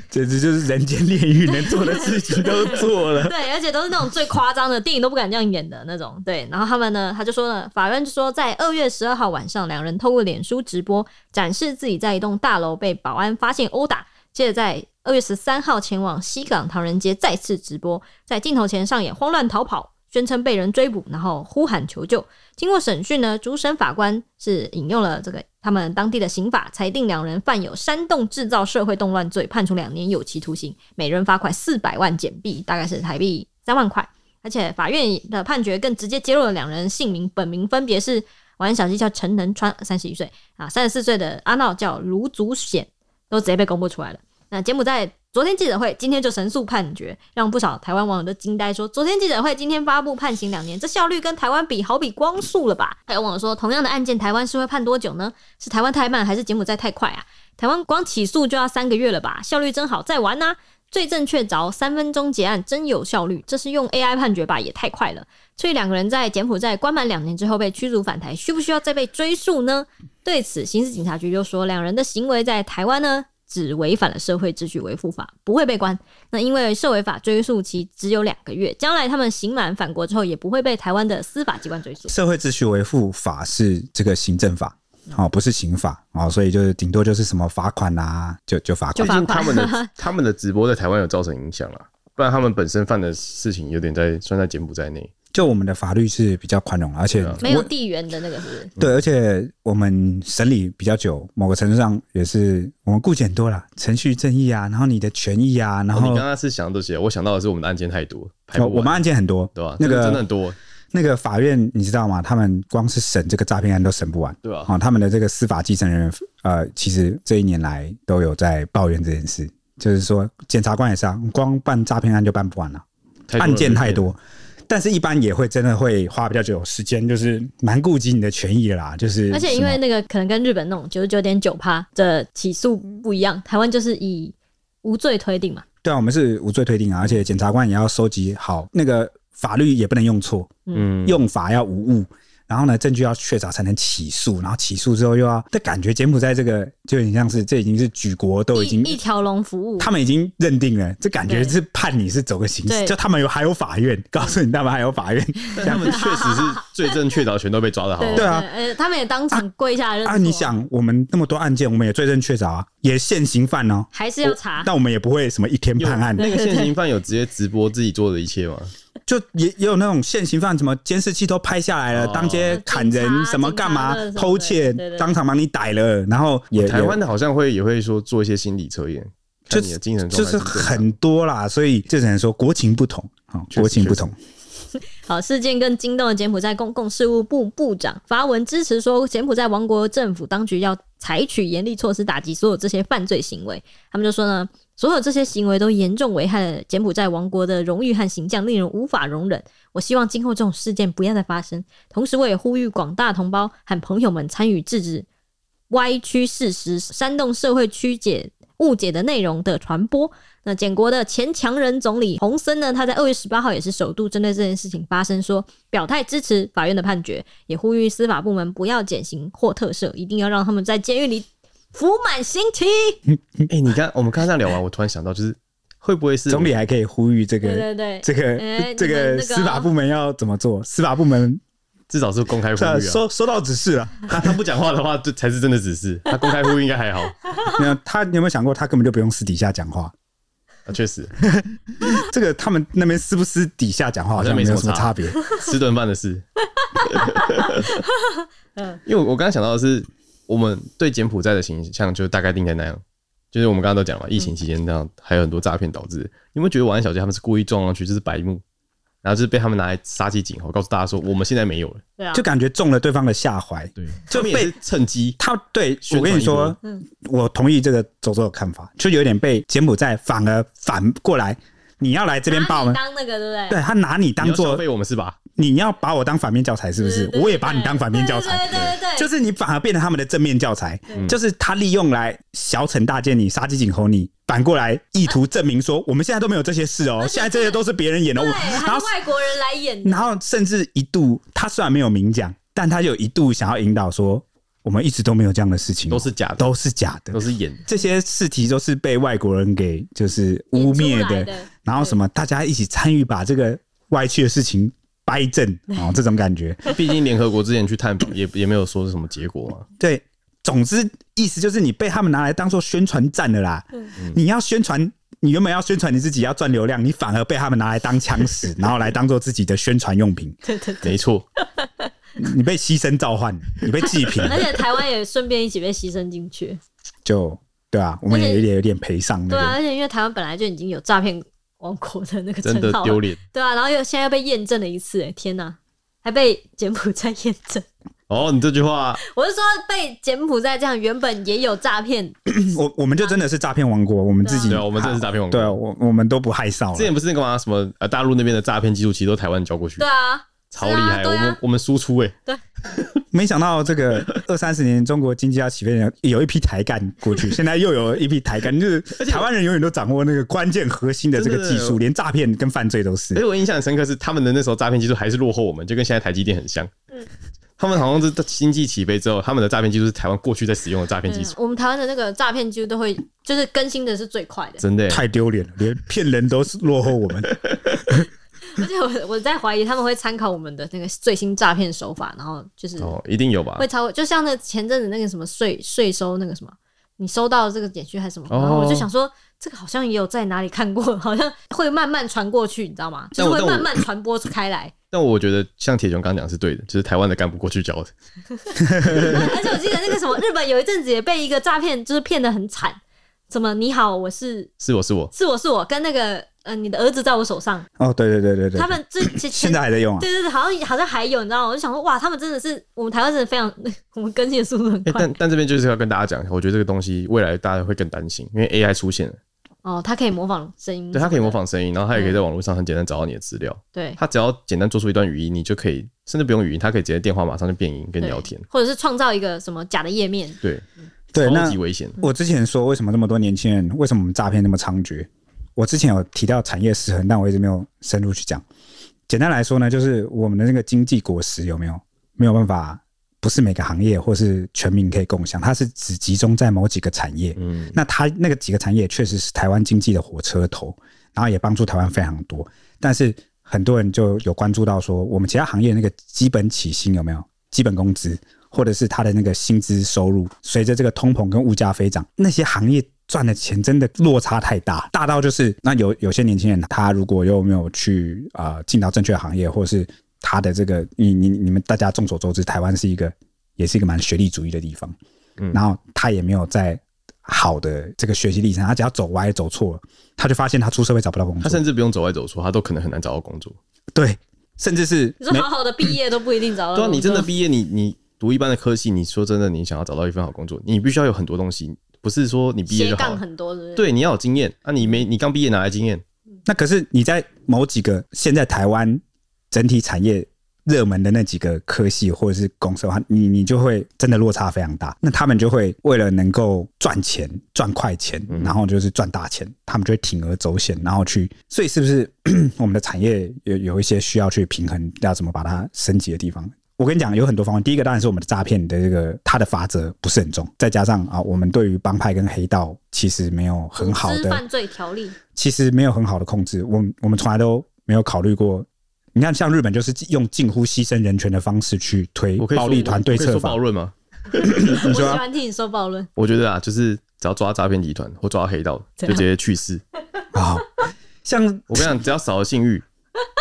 Speaker 4: 简直就是人间炼狱，能做的事情都做了。
Speaker 2: 对，而且都是那种最夸张的电影都不敢这样演的那种。对，然后他们呢，他就说呢，法院就说在二月十二号晚上，两人透过脸书直播展示自己在一栋大楼被保安发现殴打，接着在二月十三号前往西港唐人街再次直播，在镜头前上演慌乱逃跑，宣称被人追捕，然后呼喊求救。经过审讯呢，主审法官是引用了这个他们当地的刑法，裁定两人犯有煽动制造社会动乱罪，判处两年有期徒刑，每人罚款四百万柬币，大概是台币三万块。而且法院的判决更直接揭露了两人姓名、本名分别是晚安小鸡叫陈能川，三十一岁啊，三十四岁的阿闹叫卢祖显，都直接被公布出来了。那柬埔寨昨天记者会，今天就神速判决，让不少台湾网友都惊呆说，昨天记者会，今天发布判刑两年，这效率跟台湾比，好比光速了吧？还有网友说，同样的案件，台湾是会判多久呢？是台湾太慢，还是柬埔寨太快啊？台湾光起诉就要三个月了吧？效率真好，再玩呐、罪证确凿，三分钟结案，真有效率。这是用 AI 判决吧？也太快了。所以两个人在柬埔寨关满两年之后被驱逐返台，需不需要再被追诉呢？对此，刑事警察局就说，两人的行为在台湾呢，只违反了社会秩序维护法，不会被关。那因为社维法追诉期只有两个月，将来他们刑满返国之后，也不会被台湾的司法机关追 诉。
Speaker 4: 社会秩序维护法是这个行政法。
Speaker 2: 嗯
Speaker 4: 哦，不是刑法哦，所以就是顶多就是什么罚款啊，就就罚
Speaker 1: 最
Speaker 4: 款
Speaker 2: 就。罚
Speaker 1: 近
Speaker 2: 款
Speaker 1: 他们的 他们的直播在台湾有造成影响了，不然他们本身犯的事情有点在算在柬埔寨内。
Speaker 4: 就我们的法律是比较宽容，而且
Speaker 1: 对啊
Speaker 2: 没有
Speaker 4: 我
Speaker 2: 地缘的那个是不
Speaker 1: 嗯
Speaker 2: 是？
Speaker 4: 对，而且我们审理比较久，某个程度上也是我们顾忌很多啦，程序正义啊，然后你的权益啊，然
Speaker 1: 哦你
Speaker 4: 后
Speaker 1: 刚刚是想到这些，我想到的是我们的案件太多，排
Speaker 4: 哦
Speaker 1: 不
Speaker 4: 我们
Speaker 1: 完，
Speaker 4: 案件很多，
Speaker 1: 对吧？
Speaker 4: 那
Speaker 1: 这真的
Speaker 4: 个
Speaker 1: 很多，
Speaker 4: 那个法院你知道吗？他们光是审这个诈骗案都审不完，
Speaker 1: 对吧？
Speaker 4: 啊、他们的这个司法继承人，呃，其实这一年来都有在抱怨这件事，就是说检察官也是啊，光办诈骗案就办不完了，
Speaker 1: 太多了
Speaker 4: 案件太，多。但是，一般也会真的会花比较久的时间，就是蛮顾及你的权益的啦，就是
Speaker 2: 而且因
Speaker 4: 什么
Speaker 2: 为那个可能跟日本那种九十九点九趴的起诉不一样，台湾就是以无罪推定嘛。
Speaker 4: 对啊，我们是无罪推定啊，而且检察官也要收集好那个法律也不能用错，
Speaker 1: 嗯，
Speaker 4: 用法要无误，然后呢证据要确凿才能起诉，然后起诉之后又要，但感觉柬埔寨这个就有点像是这已经是举国都已经
Speaker 2: 一一条龙服务，
Speaker 4: 他们已经认定了，这感觉
Speaker 2: 对
Speaker 4: 是判你是走个形
Speaker 2: 对
Speaker 4: 式，就他们有还有法院， 告诉你他们还有法院
Speaker 1: 但他们确实是罪证确凿，全都被抓的好好
Speaker 2: 对
Speaker 4: 对啊
Speaker 2: 呃，他们也当场跪下来认错
Speaker 4: 啊！你想，我们那么多案件，我们也罪证确凿啊，也现行犯哦，
Speaker 2: 还是要查？
Speaker 4: 但我们也不会什么一天判案，
Speaker 1: 那个现行犯有直接直播自己做的一切吗？
Speaker 4: 就也也有那种现行犯，什么监视器都拍下来了，
Speaker 1: 哦
Speaker 4: 当街砍人
Speaker 2: 警察
Speaker 4: 什么干嘛
Speaker 2: 警察的什么
Speaker 4: 偷窃
Speaker 2: 对对对，
Speaker 4: 当场把你逮了，然后也
Speaker 1: 台湾
Speaker 4: 也
Speaker 1: 的好像会也会说做一些心理测验，
Speaker 4: 就
Speaker 1: 看你的精神状
Speaker 4: 就
Speaker 1: 态
Speaker 4: 是
Speaker 1: 不正常
Speaker 4: 很多啦，所以就只能说国情不同啊、哦
Speaker 1: 确实
Speaker 4: 国情不同。
Speaker 2: 好，事件更惊动了柬埔寨公共事务部部长发文支持说，柬埔寨王国政府当局要采取严厉措施打击所有这些犯罪行为。他们就说呢，所有这些行为都严重危害了柬埔寨王国的荣誉和形象，令人无法容忍。我希望今后这种事件不要再发生。同时，我也呼吁广大同胞和朋友们参与制止歪曲事实、煽动社会曲解、误解的内容的传播。那简国的前强人总理洪森呢，他在二月十八号也是首度针对这件事情发声说，表态支持法院的判决，也呼吁司法部门不要减刑或特赦，一定要让他们在监狱里服满刑期。
Speaker 1: 哎、你刚我们刚刚这样聊完，我突然想到，就是会不会是
Speaker 4: 总理还可以呼吁这
Speaker 2: 对
Speaker 4: 个
Speaker 2: 对对，
Speaker 4: 这
Speaker 2: 哎
Speaker 4: 个这
Speaker 2: 你们那
Speaker 4: 个
Speaker 2: 个
Speaker 4: 司法部门要怎么做？司法部门
Speaker 1: 至少是公开呼
Speaker 4: 是啊
Speaker 1: 吁啊。
Speaker 4: 收收到指示了。
Speaker 1: 他他不讲话的话，这才是真的指示。 他公开呼吁应该还好，
Speaker 4: 没有他，你有没有想过，他根本就不用私底下讲话？
Speaker 1: 啊确实
Speaker 4: 这个他们那边私不私底下讲话好像没有什么差别。
Speaker 1: 吃顿饭的 事。因为我我刚刚想到的是，我们对柬埔寨的形象就大概定在那样，就是我们刚刚都讲了，疫情期间这样还有很多诈骗导致的。你有没有觉得晚安小姐他们是故意撞上去，就是白目，然后就是被他们拿来杀鸡儆猴，告诉大家说我们现在没有了，
Speaker 2: 对啊，
Speaker 4: 就感觉中了对方的下怀。
Speaker 1: 对，
Speaker 4: 就
Speaker 1: 就
Speaker 4: 被
Speaker 1: 也是趁机
Speaker 4: 他对
Speaker 1: 宣
Speaker 4: 我
Speaker 1: 传
Speaker 4: 跟你说
Speaker 2: 一波，
Speaker 4: 我同意这个走走的看法，就有点被柬埔寨反而反过来，你要来这边把我们
Speaker 2: 拿你当那个对不对？
Speaker 4: 对他拿你
Speaker 1: 你
Speaker 4: 当
Speaker 1: 要消
Speaker 4: 做
Speaker 1: 费我们是吧？
Speaker 4: 你要把我当反面教材，是不是
Speaker 2: 对？对
Speaker 4: 我也把你当反面教材，
Speaker 2: 对对对对对，
Speaker 4: 就是你反而变成他们的正面教材，
Speaker 2: 对
Speaker 4: 就是他利用来小惩大戒你，杀鸡儆猴你，反过来意图证明说我们现在都没有这些事哦，
Speaker 2: 而且
Speaker 4: 现在这些都是别人演的，我
Speaker 2: 对，
Speaker 4: 然
Speaker 2: 还
Speaker 4: 后
Speaker 2: 是外国人来演的
Speaker 4: 然，后甚至一度他虽然没有明讲，但他有一度想要引导说我们一直都没有这样的事情哦，
Speaker 1: 都是假的，
Speaker 4: 都是假的
Speaker 1: 都，是演的。
Speaker 4: 这些试题都是被外国人给就是污蔑
Speaker 2: 演出来
Speaker 4: 的，
Speaker 2: 的
Speaker 4: 然后什么大家一起参与把这个歪曲的事情掰正哦，这种感觉。
Speaker 1: 毕竟联合国之前去探访也也没有说是什么结果嘛，
Speaker 4: 对，总之意思就是你被他们拿来当做宣传战的啦。
Speaker 2: 嗯
Speaker 1: 嗯
Speaker 4: 你要宣传，你原本要宣传你自己要赚流量，你反而被他们拿来当枪 使，然后来当做自己的宣传用品，
Speaker 2: 对对对。
Speaker 1: 没 错，
Speaker 4: 你被牺牲召唤，你被 祭品，
Speaker 2: 而且台湾也顺便一起被牺牲进去，
Speaker 4: 就对啊，我们也有点有点赔上
Speaker 2: 对啊，
Speaker 4: 那
Speaker 2: 而
Speaker 4: 个。
Speaker 2: 且因为台湾本来就已经有诈骗王国的那个称
Speaker 1: 真的
Speaker 2: 号
Speaker 1: 丢
Speaker 2: 了，
Speaker 1: 脸。
Speaker 2: 对啊，然后又现在又被验证了一次，哎，天哪，还被柬埔寨验证，
Speaker 1: 哦，你这句话
Speaker 2: 我是说被柬埔寨这样原本也有诈骗，
Speaker 4: 我我们就真的是诈骗王国，我们自
Speaker 2: 嗯
Speaker 4: 己
Speaker 1: 对啊，我们真的是诈骗网
Speaker 4: 对啊，
Speaker 1: 国。
Speaker 4: 我我们都不害臊
Speaker 1: 之
Speaker 4: 了。
Speaker 1: 前不是那个嘛，什么呃大陆那边的诈骗技术，其实都台湾交过去
Speaker 2: 对，啊，
Speaker 1: 超厉害。
Speaker 2: 是啊
Speaker 1: 我
Speaker 2: 对啊
Speaker 1: 们我们输出哎，
Speaker 4: 没想到这 个二三十年中国经济要起飞，有一批台干过 去，现在又有一批台干，就是台湾人永远都掌握那个关键核心的这个技
Speaker 1: 真
Speaker 4: 术，
Speaker 1: 的
Speaker 4: 连诈骗跟犯罪都是
Speaker 1: 而。且我印象很深刻是他们的那时候诈骗技术还是落后我们，就跟现在台积电很像。
Speaker 2: 嗯
Speaker 1: 他们好像是在经济起飞之后，他们的诈骗技术是台湾过去在使用的诈骗技
Speaker 2: 嗯
Speaker 1: 术，
Speaker 2: 我们台湾的那个诈骗几乎都会就是更新的是最 快的，
Speaker 1: 真的欸。
Speaker 4: 太丢脸了，连骗人都是落后我们。
Speaker 2: 而且我我在怀疑他们会参考我们的那个最新诈骗手法，然后就是
Speaker 1: 哦，一定有吧
Speaker 2: 会？超过，就像那前阵子那个什么税税收那个什么，你收到这个简讯还是什么，
Speaker 1: 哦
Speaker 2: 然后我就想说，这个好像也有在哪里看过，好像会慢慢传过去，你知道吗？就
Speaker 1: 但
Speaker 2: 是
Speaker 1: 我
Speaker 2: 会慢慢传播开来。
Speaker 1: 但我觉得像铁雄刚讲是对的，就是台湾的干部过去教的。
Speaker 2: 而且我记得那个什么，日本有一阵子也被一个诈骗，就是骗的很惨，什么你好，我是
Speaker 1: 是我是我，
Speaker 2: 是我是我，跟那个呃你的儿子在我手上，
Speaker 4: 哦，对对对对对，
Speaker 2: 他们这前
Speaker 4: 现在还在用啊。
Speaker 2: 对对对，好像好像还有，你知道吗？我就想说，哇，他们真的是我们台湾真的非常， 我们更新的速度很
Speaker 1: 哎，
Speaker 2: 快。
Speaker 1: 但但这边就是要跟大家讲，我觉得这个东西未来大家会更担心，因为 AI 出现了，
Speaker 2: 哦，它可以模仿声音，
Speaker 1: 对，它可以模，仿
Speaker 2: 嗯
Speaker 1: 声音，然后它也可以在网络上很简单找到你的资料。
Speaker 2: 对，
Speaker 1: 他只要简单做出一段语音，你就可以，甚至不用语音，他可以直接电话马上就变音跟你
Speaker 2: 对
Speaker 1: 聊天。
Speaker 2: 或者是创造一个什么假的页面，
Speaker 1: 对，
Speaker 4: 对，
Speaker 1: 超
Speaker 4: 那
Speaker 1: 级危险。
Speaker 4: 我之前说为什么这么多年轻人，为什么我们诈骗那么猖獗？我之前有提到产业失衡，但我一直没有深入去讲。简单来说呢，就是我们的那个经济果实有没有没有办法，不是每个行业或是全民可以共享，它是只集中在某几个产业。
Speaker 1: 嗯，
Speaker 4: 那它那个几个产业确实是台湾经济的火车头，然后也帮助台湾非常多。但是很多人就有关注到说，我们其他行业那个基本起薪有没有基本工资，或者是他的那个薪资收入，随着这个通膨跟物价飞涨，那些行业。赚的钱真的落差太大，大到就是那有 有些年轻人，他如果又没有去呃进到正确的行业，或是他的这个你你你们大家众所周知，台湾是一个也是一个蛮学历主义的地方，
Speaker 1: 嗯
Speaker 4: 然后他也没有在好的这个学习历程，他只要走歪走错了，他就发现他出社会找不到工
Speaker 1: 他
Speaker 4: 作，
Speaker 1: 甚至不用走外走出，他都可能很难找到工作。
Speaker 4: 对，甚至是
Speaker 2: 你说
Speaker 4: 没
Speaker 2: 好好的毕业都不一定
Speaker 4: 呃
Speaker 2: 找到。
Speaker 1: 对啊，你真的毕业，你你读一般的科系，你说真的，你想要找到一份好工作，你必须要有很多东西，不是说你毕业
Speaker 2: 斜
Speaker 1: 就好
Speaker 2: 杠
Speaker 1: 了。
Speaker 2: 很多，是不是？
Speaker 1: 对，你要有经验啊！你没你刚毕业哪来经验？
Speaker 4: 那可是你在某几个现在台湾整体产业热门的那几个科系或者是公司的话，你你就会真的落差非常大。那他们就会为了能够赚钱、赚快钱，然后就是赚大钱，他们就会铤而走险，然后去。所以是不是 我们的产业有有一些需要去平衡，要怎么把它升级的地方？我跟你讲，有很多方面。第一个当然是我们的诈骗的这个它的法则不是很重，再加上啊，我们对于帮派跟黑道其实没有很好
Speaker 2: 组织
Speaker 4: 的
Speaker 2: 犯罪条例，
Speaker 4: 其实没有很好的控制，我们我们从来都没有考虑过你看，像日本就是用近乎牺牲人权的方式去推
Speaker 1: 我可以
Speaker 4: 暴力团对
Speaker 1: 我可以
Speaker 4: 策
Speaker 1: 说
Speaker 4: 法
Speaker 1: 暴。论吗？
Speaker 2: 我
Speaker 4: 你
Speaker 2: 喜
Speaker 4: 说啊
Speaker 2: 欢听你说暴论，
Speaker 1: 我觉得啊，就是只要抓诈骗集团或抓黑道，就直接去世。
Speaker 4: 啊，像
Speaker 1: 我跟你讲，只要少了性欲，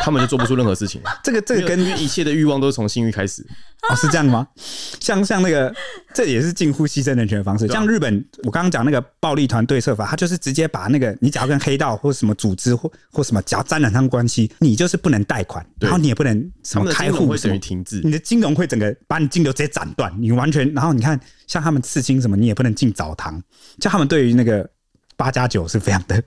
Speaker 1: 他们就做不出任何事情。
Speaker 4: 这个 这个跟
Speaker 1: 因为一切的欲望都是从性欲开始。
Speaker 4: 哦，是这样吗？像像那个，这也是近乎牺牲人权的方式。
Speaker 1: 对啊
Speaker 4: 像日本，我刚刚讲那个暴力团对策法，他就是直接把那个你只要跟黑道或什么组织或或什么只要沾染上关系，你就是不能贷款，
Speaker 1: 对
Speaker 4: 然后你也不能什
Speaker 1: 他
Speaker 4: 么
Speaker 1: 们的
Speaker 4: 开
Speaker 1: 金融
Speaker 4: 户
Speaker 1: 会
Speaker 4: 什
Speaker 1: 等
Speaker 4: 么
Speaker 1: 于。停滞
Speaker 4: 你。的金融会整个把你金流直接斩断，你完全，然后你看，像他们刺青什么，你也不能进澡堂，像他们对于那个八加九是非常的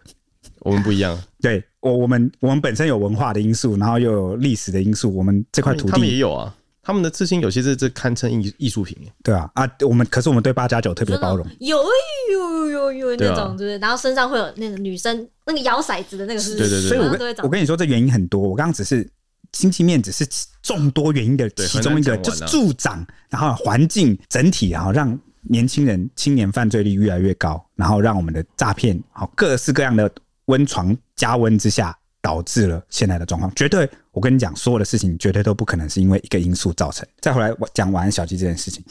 Speaker 1: 我们不一样，
Speaker 4: 对我我们我们本身有文化的因素，然后又有历史的因素，我们这块土
Speaker 1: 他们也
Speaker 4: 地
Speaker 1: 有啊。他们的刺青有些是这堪称艺艺术品耶，
Speaker 4: 对啊啊，我们可是我们对八加九特别
Speaker 2: 就那
Speaker 4: 包容
Speaker 2: 种，有哎有有有
Speaker 1: 对
Speaker 2: 那
Speaker 1: 啊
Speaker 2: 种，对不对？然后身上会有那个女生那个摇骰子的那个，是不是？
Speaker 1: 对对对
Speaker 4: 所以我
Speaker 2: 都会
Speaker 4: 跟
Speaker 2: 长
Speaker 4: 我跟你说，这原因很多。我刚刚只是经济面只是其众多原因的
Speaker 1: 对
Speaker 4: 其中一个，
Speaker 1: 很难讲完啊啊
Speaker 4: 就是助长，然后环境整体，然后让年轻人青年犯罪率越来越高，然后让我们的诈骗，好各式各样的温床加温之下。导致了现在的状况，绝对，我跟你讲，所有的事情绝对都不可能是因为一个因素造成。再回来我讲晚安小鸡这件事情，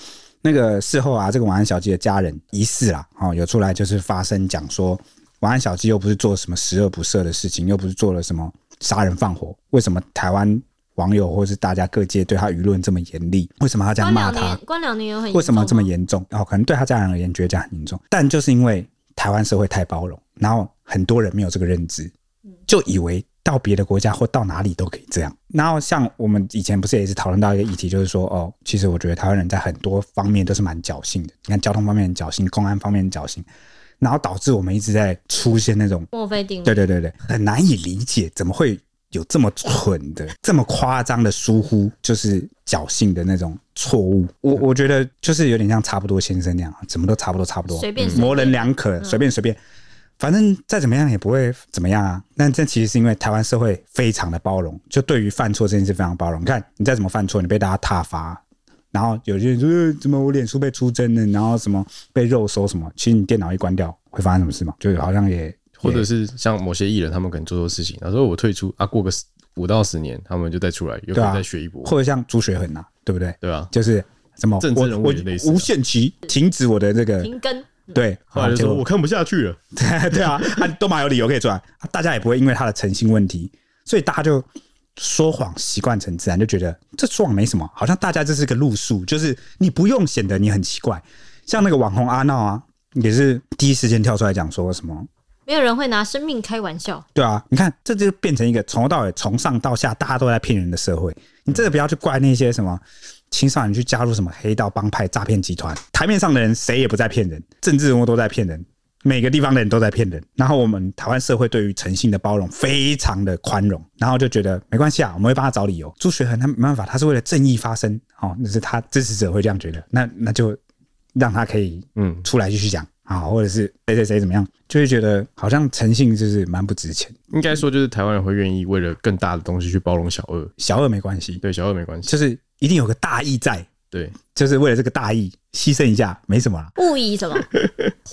Speaker 4: 那个事后啊，这个晚安小鸡的家人疑似啦，哦，有出来就是发声讲说，晚安小鸡又不是做什么十恶不赦的事情，又不是做了什么杀人放火，为什么台湾网友或是大家各界对他舆论这么严厉？为什么要这样
Speaker 2: 关
Speaker 4: 骂
Speaker 2: 两
Speaker 4: 他
Speaker 2: 年，？关两年有很严重吗
Speaker 4: 为什么这么？严重？哦，可能对他家人而言觉得这样很严重，但就是因为台湾社会太包容，然后很多人没有这个认知，
Speaker 2: 嗯
Speaker 4: 就以为到别的国家或到哪里都可以这样。然后像我们以前不是也是讨论到一个议题，就是说哦，其实我觉得台湾人在很多方面都是蛮侥幸的，你看交通方面很侥幸，公安方面很侥幸，然后导致我们一直在出现那种
Speaker 2: 墨菲定律。
Speaker 4: 对对对对，很难以理解怎么会有这么蠢 的、这么夸张的疏忽，就是侥幸的那种错误。
Speaker 2: 嗯
Speaker 4: 我我觉得就是有点像差不多先生那样，怎么都差不多差不多，
Speaker 2: 随便随便嗯
Speaker 4: 模棱两可，随便随便。反正再怎么样也不会怎么样啊。那这其实是因为台湾社会非常的包容，就对于犯错这件事非常包容。你看你再怎么犯错，你被大家挞伐，然后有些人说、呃怎么我脸书被出征了，然后什么被肉搜什么，其实你电脑一关掉会发生什么事吗？就是好像也
Speaker 1: 或者
Speaker 4: 也
Speaker 1: 是像某些艺人，他们可能做错事情，然后说我退出啊，过个十五到十年，他们就再出来，有可
Speaker 4: 对啊，
Speaker 1: 能再学一波，
Speaker 4: 或者像朱学恒啊，对不对？
Speaker 1: 对吧？
Speaker 4: 就是什么
Speaker 1: 政治
Speaker 4: 我
Speaker 1: 人物
Speaker 4: 我
Speaker 1: 也类似啊
Speaker 4: 无限期停止我的这个
Speaker 2: 停更，
Speaker 4: 对，
Speaker 1: 后来就
Speaker 4: 结
Speaker 1: 说
Speaker 4: 果
Speaker 1: 我看不下去了，
Speaker 4: 对啊，他都蛮有理由可以出来，啊大家也不会因为他的诚信问题，所以大家就说谎习惯成自然，就觉得这说谎没什么，好像大家这是个路数，就是你不用显得你很奇怪。像那个网红阿闹啊，也是第一时间跳出来讲说什么。
Speaker 2: 没有人会拿生命开玩笑。
Speaker 4: 对啊，你看，这就变成一个从头到尾、从上到下，大家都在骗人的社会。你真的不要去怪那些什么青少年去加入什么黑道帮派、诈骗集团。台面上的人谁也不在骗人，政治人物都在骗人，每个地方的人都在骗人。然后我们台湾社会对于诚信的包容非常的宽容，然后就觉得没关系啊，我们会帮他找理由。朱学恒他没办法，他是为了正义发声，哦，那是他支持者会这样觉得，那那就让他可以
Speaker 1: 嗯，
Speaker 4: 出来继续讲啊，或者是谁谁谁怎么样，就会觉得好像诚信就是蛮不值钱。
Speaker 1: 应该说就是台湾人会愿意为了更大的东西去包容小二，
Speaker 4: 小二没关系，
Speaker 1: 对小二没关系，
Speaker 4: 就是一定有个大义在，
Speaker 1: 对，
Speaker 4: 就是为了这个大义牺牲一下没什么啦。
Speaker 2: 勿以什么？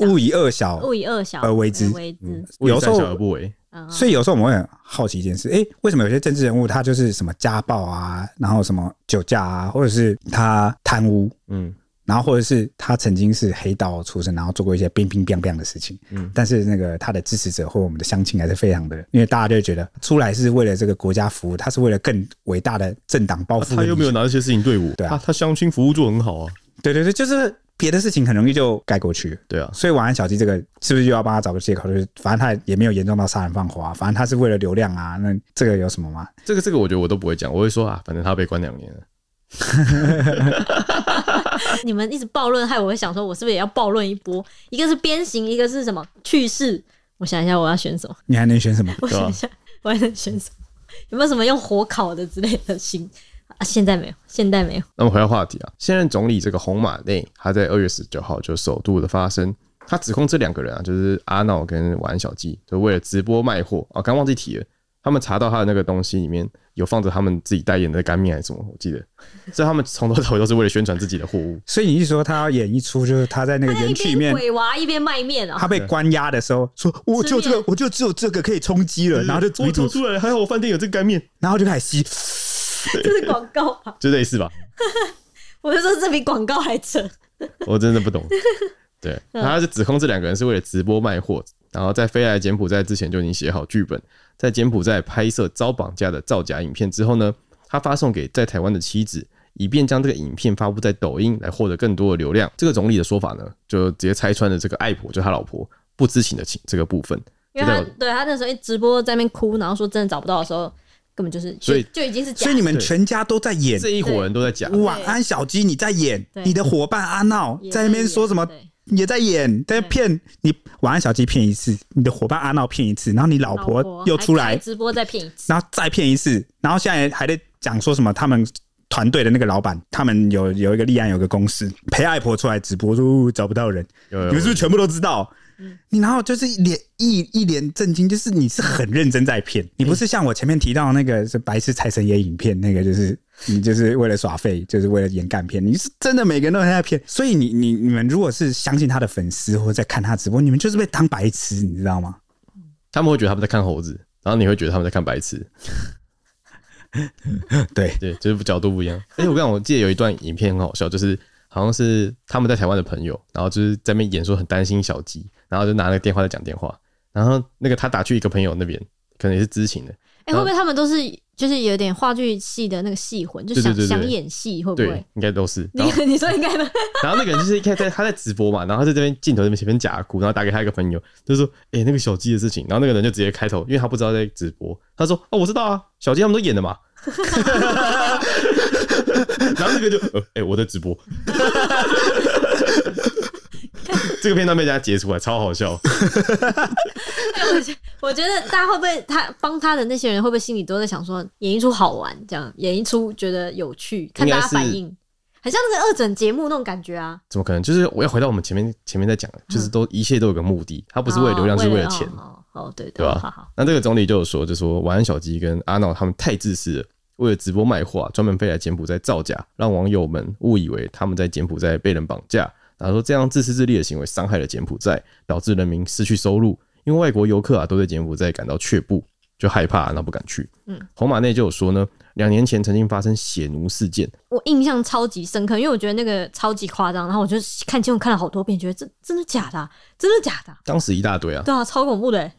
Speaker 4: 勿以恶小，
Speaker 2: 勿以恶小
Speaker 4: 而哦呃为之
Speaker 2: 为之。
Speaker 4: 有时候
Speaker 1: 为善小而不为，
Speaker 2: 嗯
Speaker 4: 所以有时候我们会很好奇一件事：诶，为什么有些政治人物他就是什么家暴啊，然后什么酒驾啊，或者是他贪污，
Speaker 1: 嗯，
Speaker 4: 然后或者是他曾经是黑道出身，然后做过一些冰冰冰冰的事情，
Speaker 1: 嗯
Speaker 4: 但是那个他的支持者或我们的乡亲还是非常的，因为大家就会觉得出来是为了这个国家服务，他是为了更伟大的政党抱
Speaker 1: 啊
Speaker 4: 负、
Speaker 1: 他又没有拿这些事情对我，
Speaker 4: 对啊
Speaker 1: 他他相亲服务做得很好啊，
Speaker 4: 对对对，就是别的事情很容易就盖过去了。
Speaker 1: 对啊，
Speaker 4: 所以晚安小鸡这个是不是又要帮他找个借口？就是反正他也没有严重到杀人放火啊，反正他是为了流量啊，那这个有什么吗？
Speaker 1: 这个这个我觉得我都不会讲，我会说啊，反正他被关两年了，
Speaker 2: 啊你们一直暴论，害我会想说，我是不是也要暴论一波？一个是鞭刑，一个是什么去世？我想一下，我要选什么？
Speaker 4: 你还能选什么？
Speaker 2: 我
Speaker 1: 啊
Speaker 2: 想一下，我还能选什么？有没有什么用火烤的之类的刑？啊，现在没有，现在没有。
Speaker 1: 那么回到话题啊，现任总理这个红马内，他在二月十九号就首度的发声，他指控这两个人啊，就是阿闹跟王小鸡，就为了直播卖货啊，刚忘记提了，他他们查到他的那个东西里面有放着他们自己代言的干面还是什么，我记得，所以他们从头到尾都是为了宣传自己的货物。
Speaker 4: 所以你一说他要演一出，就是他在那个
Speaker 2: 他在一
Speaker 4: 园区里
Speaker 2: 边
Speaker 4: 面，
Speaker 2: 鬼娃一边卖面啊、
Speaker 4: 他被关押的时候说：“我
Speaker 2: 吃
Speaker 4: 就这
Speaker 2: 面
Speaker 4: 个，我就只有这个可以充饥
Speaker 1: 嗯
Speaker 4: 了。”然后就煮一
Speaker 1: 我
Speaker 4: 煮
Speaker 1: 走，出来，还好我饭店有这个干面，
Speaker 4: 然后就开始吸。
Speaker 2: 这是广告吧？
Speaker 1: 就类似吧。
Speaker 2: 我就说这比广告还扯。
Speaker 1: 我真的不懂。对，他是指控这两个人是为了直播卖货，然后在飞来柬埔寨之前就已经写好剧本，在柬埔寨拍摄遭绑架的造假影片之后呢，他发送给在台湾的妻子，以便将这个影片发布在抖音来获得更多的流量。这个总理的说法呢，就直接拆穿了这个爱婆，就他老婆不知情的情这个部分。
Speaker 2: 因为
Speaker 1: 就
Speaker 2: 他
Speaker 1: 代表
Speaker 2: 对他那时候一直播在那边哭，然后说真的找不到的时候，根本就是
Speaker 1: 所以
Speaker 2: 就就已经是假
Speaker 4: 所以你们全家都在演
Speaker 1: 这一伙人都在讲，
Speaker 4: 《晚安小鸡》，你在演
Speaker 2: 对，
Speaker 4: 你的伙伴阿闹
Speaker 2: 也
Speaker 4: 在那边说什么
Speaker 2: 对
Speaker 4: 也在演，在骗你。《晚安小鸡》骗一次，你的伙伴阿闹骗一次，然后你老
Speaker 2: 老
Speaker 4: 婆又出
Speaker 2: 还
Speaker 4: 来嗯
Speaker 2: 开，直播再骗一次，
Speaker 4: 然后再骗一次，然后现在还在讲说什么他们。团队的那个老板，他们有有一个立案，有个公司陪爱婆出来直播，说、哦找不到人，
Speaker 1: 有有
Speaker 4: 你们是不是
Speaker 1: 有
Speaker 4: 全部都知道？你然后就是一脸一一脸震惊，就是你是很认真在骗，你不是像我前面提到那个是白痴财神爷影片，那个就是你就是为了耍废，就是为了演干片，你是真的每个人都在骗。所以你你你们如果是相信他的粉丝或者在看他直播，你们就是被当白痴，你知道吗？
Speaker 1: 他们会觉得他们在看猴子，然后你会觉得他们在看白痴。
Speaker 4: 对，
Speaker 1: 对，就是角度不一样。而且我跟你讲，我记得有一段影片很好笑，就是好像是他们在台湾的朋友，然后就是在那边演说很担心小鸡，然后就拿那个电话在讲电话，然后那个他打去一个朋友那边，可能也是知情的，
Speaker 2: 哎、
Speaker 1: 然
Speaker 2: 会
Speaker 1: 后
Speaker 2: 不会他们都是就是有点话剧系的那个戏魂，就
Speaker 1: 对
Speaker 2: 想
Speaker 1: 对对对
Speaker 2: 想演戏，会不
Speaker 1: 对
Speaker 2: 会？，
Speaker 1: 应该都是。然后
Speaker 2: 你你说应该吗？
Speaker 1: 然后那个人就是一开始在他在直播嘛，然后他在这边镜头这边前面假哭，然后打给他一个朋友，就说：“哎、那个小鸡的事情。”然后那个人就直接开头，因为他不知道在直播，他说：“哦，我知道啊，小鸡他们都演的嘛。” 然后那个就：“呃哎、我在直播。”这个片段被大家截出来，超好 笑。
Speaker 2: 我觉得大家会不会他帮他的那些人会不会心里都在想说演一出好玩，这样演一出觉得有趣，看大家反应，很像那个二诊节目那种感觉啊。
Speaker 1: 怎么可能？就是我要回到我们前面前面在讲的，就是都一切都有个目的，他不是为了流量，
Speaker 2: 哦
Speaker 1: 是嗯为了钱。
Speaker 2: 哦，哦哦对
Speaker 1: 对吧
Speaker 2: 好好，
Speaker 1: 那这个总理就有说，就说晚安小鸡跟阿闹他们太自私了，为了直播卖货啊、专门飞来柬埔寨造假，让网友们误以为他们在柬埔寨被人绑架。然后说这样自私自利的行为伤害了柬埔寨，导致人民失去收入，因为外国游客啊都对柬埔寨感到却步，就害怕，然后不敢去。
Speaker 2: 嗯，
Speaker 1: 红马内就有说呢，两年前曾经发生血奴事件，
Speaker 2: 我印象超级深刻，因为我觉得那个超级夸张，然后我就看新闻看了好多遍，觉得这真的假的啊、真的假的啊、
Speaker 1: 当时一大堆啊，
Speaker 2: 对啊，超恐怖的欸、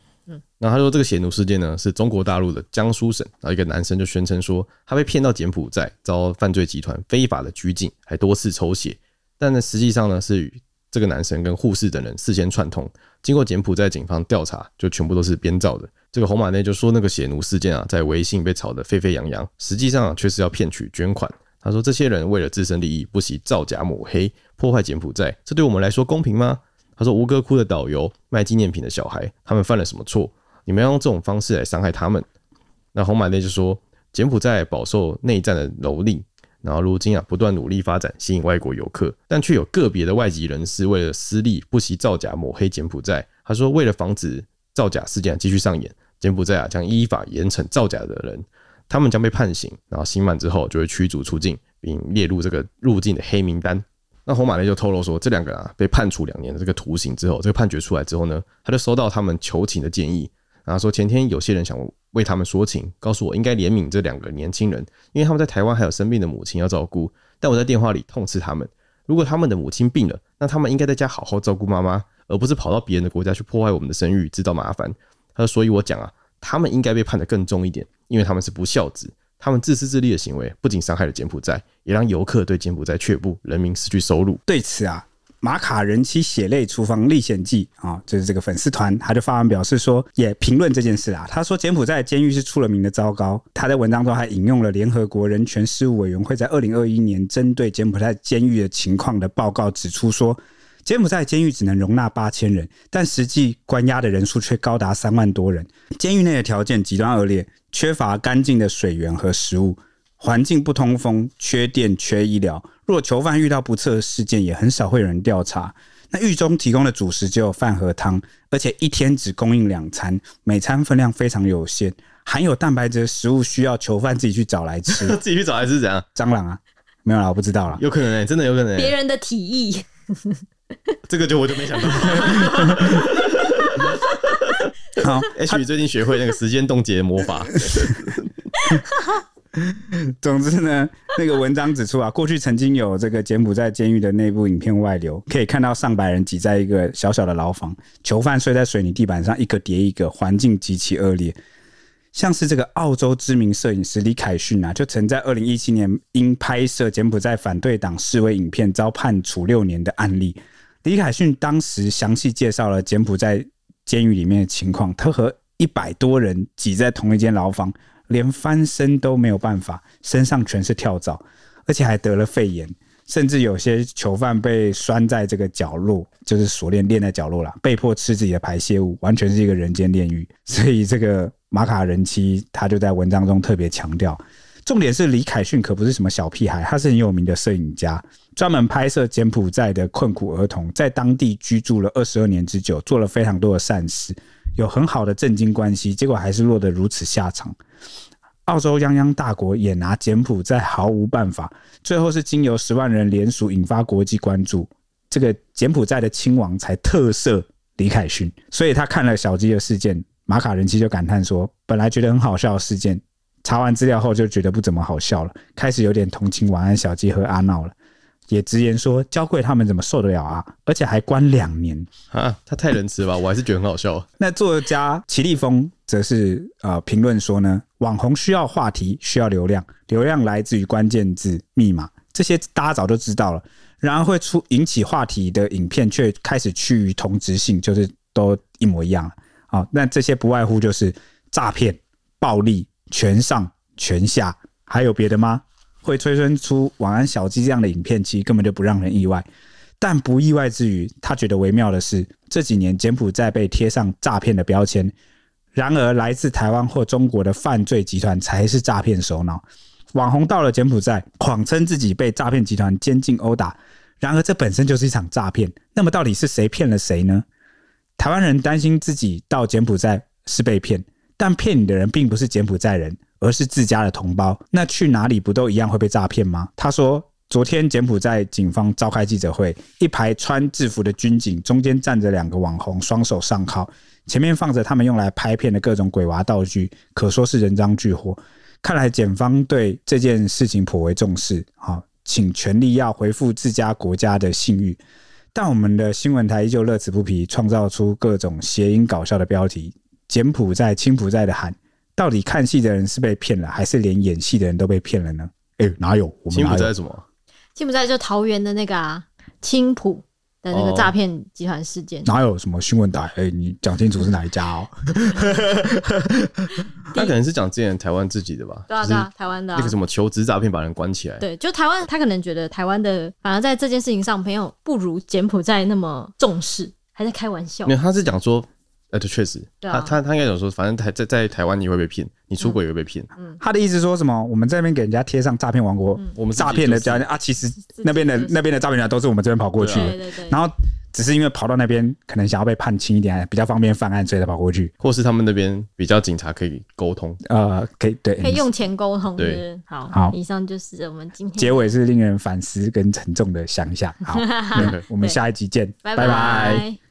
Speaker 1: 那他说这个血奴事件呢，是中国大陆的江苏省，然后一个男生就宣称说他被骗到柬埔寨，遭犯罪集团非法的拘禁，还多次抽血。但呢，实际上呢是与这个男生跟护士等人事先串通，经过柬埔寨警方调查，就全部都是编造的。这个红马内就说那个血奴事件啊，在微信被炒得沸沸扬扬，实际上啊却是要骗取捐款。他说这些人为了自身利益，不惜造假抹黑，破坏柬埔寨，这对我们来说公平吗？他说吴哥窟的导游卖纪念品的小孩，他们犯了什么错？你们要用这种方式来伤害他们。那红马内就说，柬埔寨饱受内战的蹂躏，然后如今啊不断努力发展，吸引外国游客，但却有个别的外籍人士为了私利，不惜造假抹黑柬埔寨。他说，为了防止造假事件继续上演，柬埔寨啊将依法严惩造假的人，他们将被判刑，然后刑满之后就会驱逐出境，并列入这个入境的黑名单。那红马内就透露说，这两个人啊被判处两年的这个徒刑之后，这个判决出来之后呢，他就收到他们求情的建议，然后说前天有些人想为他们说情，告诉我应该怜悯这两个年轻人，因为他们在台湾还有生病的母亲要照顾，但我在电话里痛斥他们，如果他们的母亲病了，那他们应该在家好好照顾妈妈，而不是跑到别人的国家去破坏我们的声誉，制造麻烦。他说，所以我讲啊，他们应该被判得更重一点，因为他们是不孝子。他们自私自利的行为，不仅伤害了柬埔寨，也让游客对柬埔寨却步，人民失去收入。
Speaker 4: 对此啊，马卡人妻血泪厨房历险记啊、就是这个粉丝团，他就发文表示说，也评论这件事啊。他说柬埔寨监狱是出了名的糟糕。他在文章中还引用了联合国人权事务委员会在二零二一年针对柬埔寨监狱的情况的报告，指出说。柬埔寨监狱只能容纳八千人，但实际关押的人数却高达三万多人。监狱内的条件极端恶劣，缺乏干净的水源和食物，环境不通风，缺电、缺医疗。若囚犯遇到不测事件，也很少会有人调查。那狱中提供的主食只有饭和汤，而且一天只供应两餐，每餐分量非常有限，含有蛋白质的食物需要囚犯自己去找来吃。
Speaker 1: 自己去找还是怎样？
Speaker 4: 蟑螂啊，没有啦，我不知道啦。
Speaker 1: 有可能、欸，真的有可能、
Speaker 2: 别
Speaker 1: 欸。
Speaker 2: 人的提议，
Speaker 1: 这个就我就没 想到。
Speaker 4: 好，
Speaker 1: 也许最近学会那个时间冻结魔法，
Speaker 4: 总之呢，那个文章指出啊，过 去曾经有这个柬埔寨监狱的内部影片外流，可以看到上百人挤在一个小小的牢房，囚犯睡在水泥地板上，一个叠一个，环境极其恶劣。像是这个澳洲知名摄影师李凯逊啊，就曾在二零一七年因拍摄柬埔寨反对党示威影片遭判处六年的案例。李凯逊当时详细介绍了柬埔寨监狱里面的情况，他和一百多人挤在同一间牢房，连翻身都没有办法，身上全是跳蚤，而且还得了肺炎，甚至有些囚犯被拴在这个角落，就是锁链链在角落啦，被迫吃自己的排泄物，完全是一个人间炼狱。所以这个马卡人妻他就在文章中特别强调。重点是李凯逊可不是什么小屁孩，他是很有名的摄影家，专门拍摄柬埔寨的困苦儿童，在当地居住了二十二年之久，做了非常多的善事，有很好的政经关系，结果还是落得如此下场。澳洲泱泱大国也拿柬埔寨毫无办法，最后是经由十万人联署引发国际关注，这个柬埔寨的亲王才特赦李凯逊，所以他看了小鸡的事件，马卡人妻就感叹说，本来觉得很好笑的事件，查完资料后就觉得不怎么好笑了，开始有点同情晚安小鸡和阿闹了，也直言说娇贵他们怎么受得了啊，而且还关两年。
Speaker 1: 啊，他太仁慈了吧，我还是觉得很好笑。
Speaker 4: 那作家齐立峰则是呃评论说呢，网红需要话题，需要流量，流量来自于关键字、密码，这些大家早就知道了。然而会出引起话题的影片，却开始趋于同质性，就是都一模一样了。好、那这些不外乎就是诈骗、暴力、全上、全下，还有别的吗？会催生出晚安小鸡这样的影片，其实根本就不让人意外。但不意外之余，他觉得微妙的是，这几年柬埔寨被贴上诈骗的标签，然而来自台湾或中国的犯罪集团才是诈骗首脑。网红到了柬埔寨，谎称自己被诈骗集团监禁殴打，然而这本身就是一场诈骗。那么到底是谁骗了谁呢？台湾人担心自己到柬埔寨是被骗，但骗你的人并不是柬埔寨人，而是自家的同胞。那去哪里不都一样会被诈骗吗？他说，昨天柬埔寨警方召开记者会，一排穿制服的军警，中间站着两个网红，双手上铐，前面放着他们用来拍片的各种鬼娃道具，可说是人赃俱获。看来检方对这件事情颇为重视，好、请全力要回复自家国家的信誉。但我们的新闻台依旧乐此不疲，创造出各种谐音搞笑的标题。柬埔寨、青埔寨的喊，到底看戏的人是被骗了，还是连演戏的人都被骗了呢？哎、哪有？我们
Speaker 1: 柬
Speaker 4: 哪
Speaker 1: 埔寨
Speaker 4: 有
Speaker 1: 是？什么？
Speaker 2: 柬埔寨就桃园的那个啊，青浦的那个
Speaker 1: 哦
Speaker 2: 诈骗集团事件，
Speaker 4: 哪有什么新闻台？哎、你讲清楚是哪一家哦？
Speaker 1: 他可能是讲之前台湾自己的吧？
Speaker 2: 对啊
Speaker 1: 就是
Speaker 2: 对啊，台湾的、啊
Speaker 1: 那个。什么求职诈骗把人关起来，
Speaker 2: 对，就台湾，他可能觉得台湾的反而在这件事情上没有不如柬埔寨那么重视，还在开玩笑
Speaker 1: 没。有，他是讲说，呃，对，确实，
Speaker 2: 对啊嗯
Speaker 1: 他他他应该讲说，反正台在在台湾你会被骗，你出轨也会被骗，
Speaker 4: 他的意思说什么？我们这边给人家贴上诈骗王国，
Speaker 1: 我们自己
Speaker 4: 诈骗的
Speaker 1: 就是
Speaker 4: 标签啊，其实
Speaker 2: 嗯己
Speaker 4: 那边的
Speaker 2: 就是
Speaker 4: 那边的诈骗集团都是我们这边跑过去
Speaker 1: 对啊
Speaker 4: 的
Speaker 2: 对，对对，
Speaker 4: 然后只是因为跑到那边可能想要被判轻一点，比较方便犯案，所以才跑过去。
Speaker 1: 或是他们那边比较警察可以沟通，
Speaker 4: 呃，可以对，
Speaker 2: 可以用钱沟通。
Speaker 1: 对
Speaker 2: 是不是好，
Speaker 4: 好
Speaker 2: 以上就是我们今天
Speaker 4: 结尾 是令人反思跟沉重的想想。好，嗯我们下一集见，
Speaker 2: 拜
Speaker 4: 拜拜
Speaker 2: 拜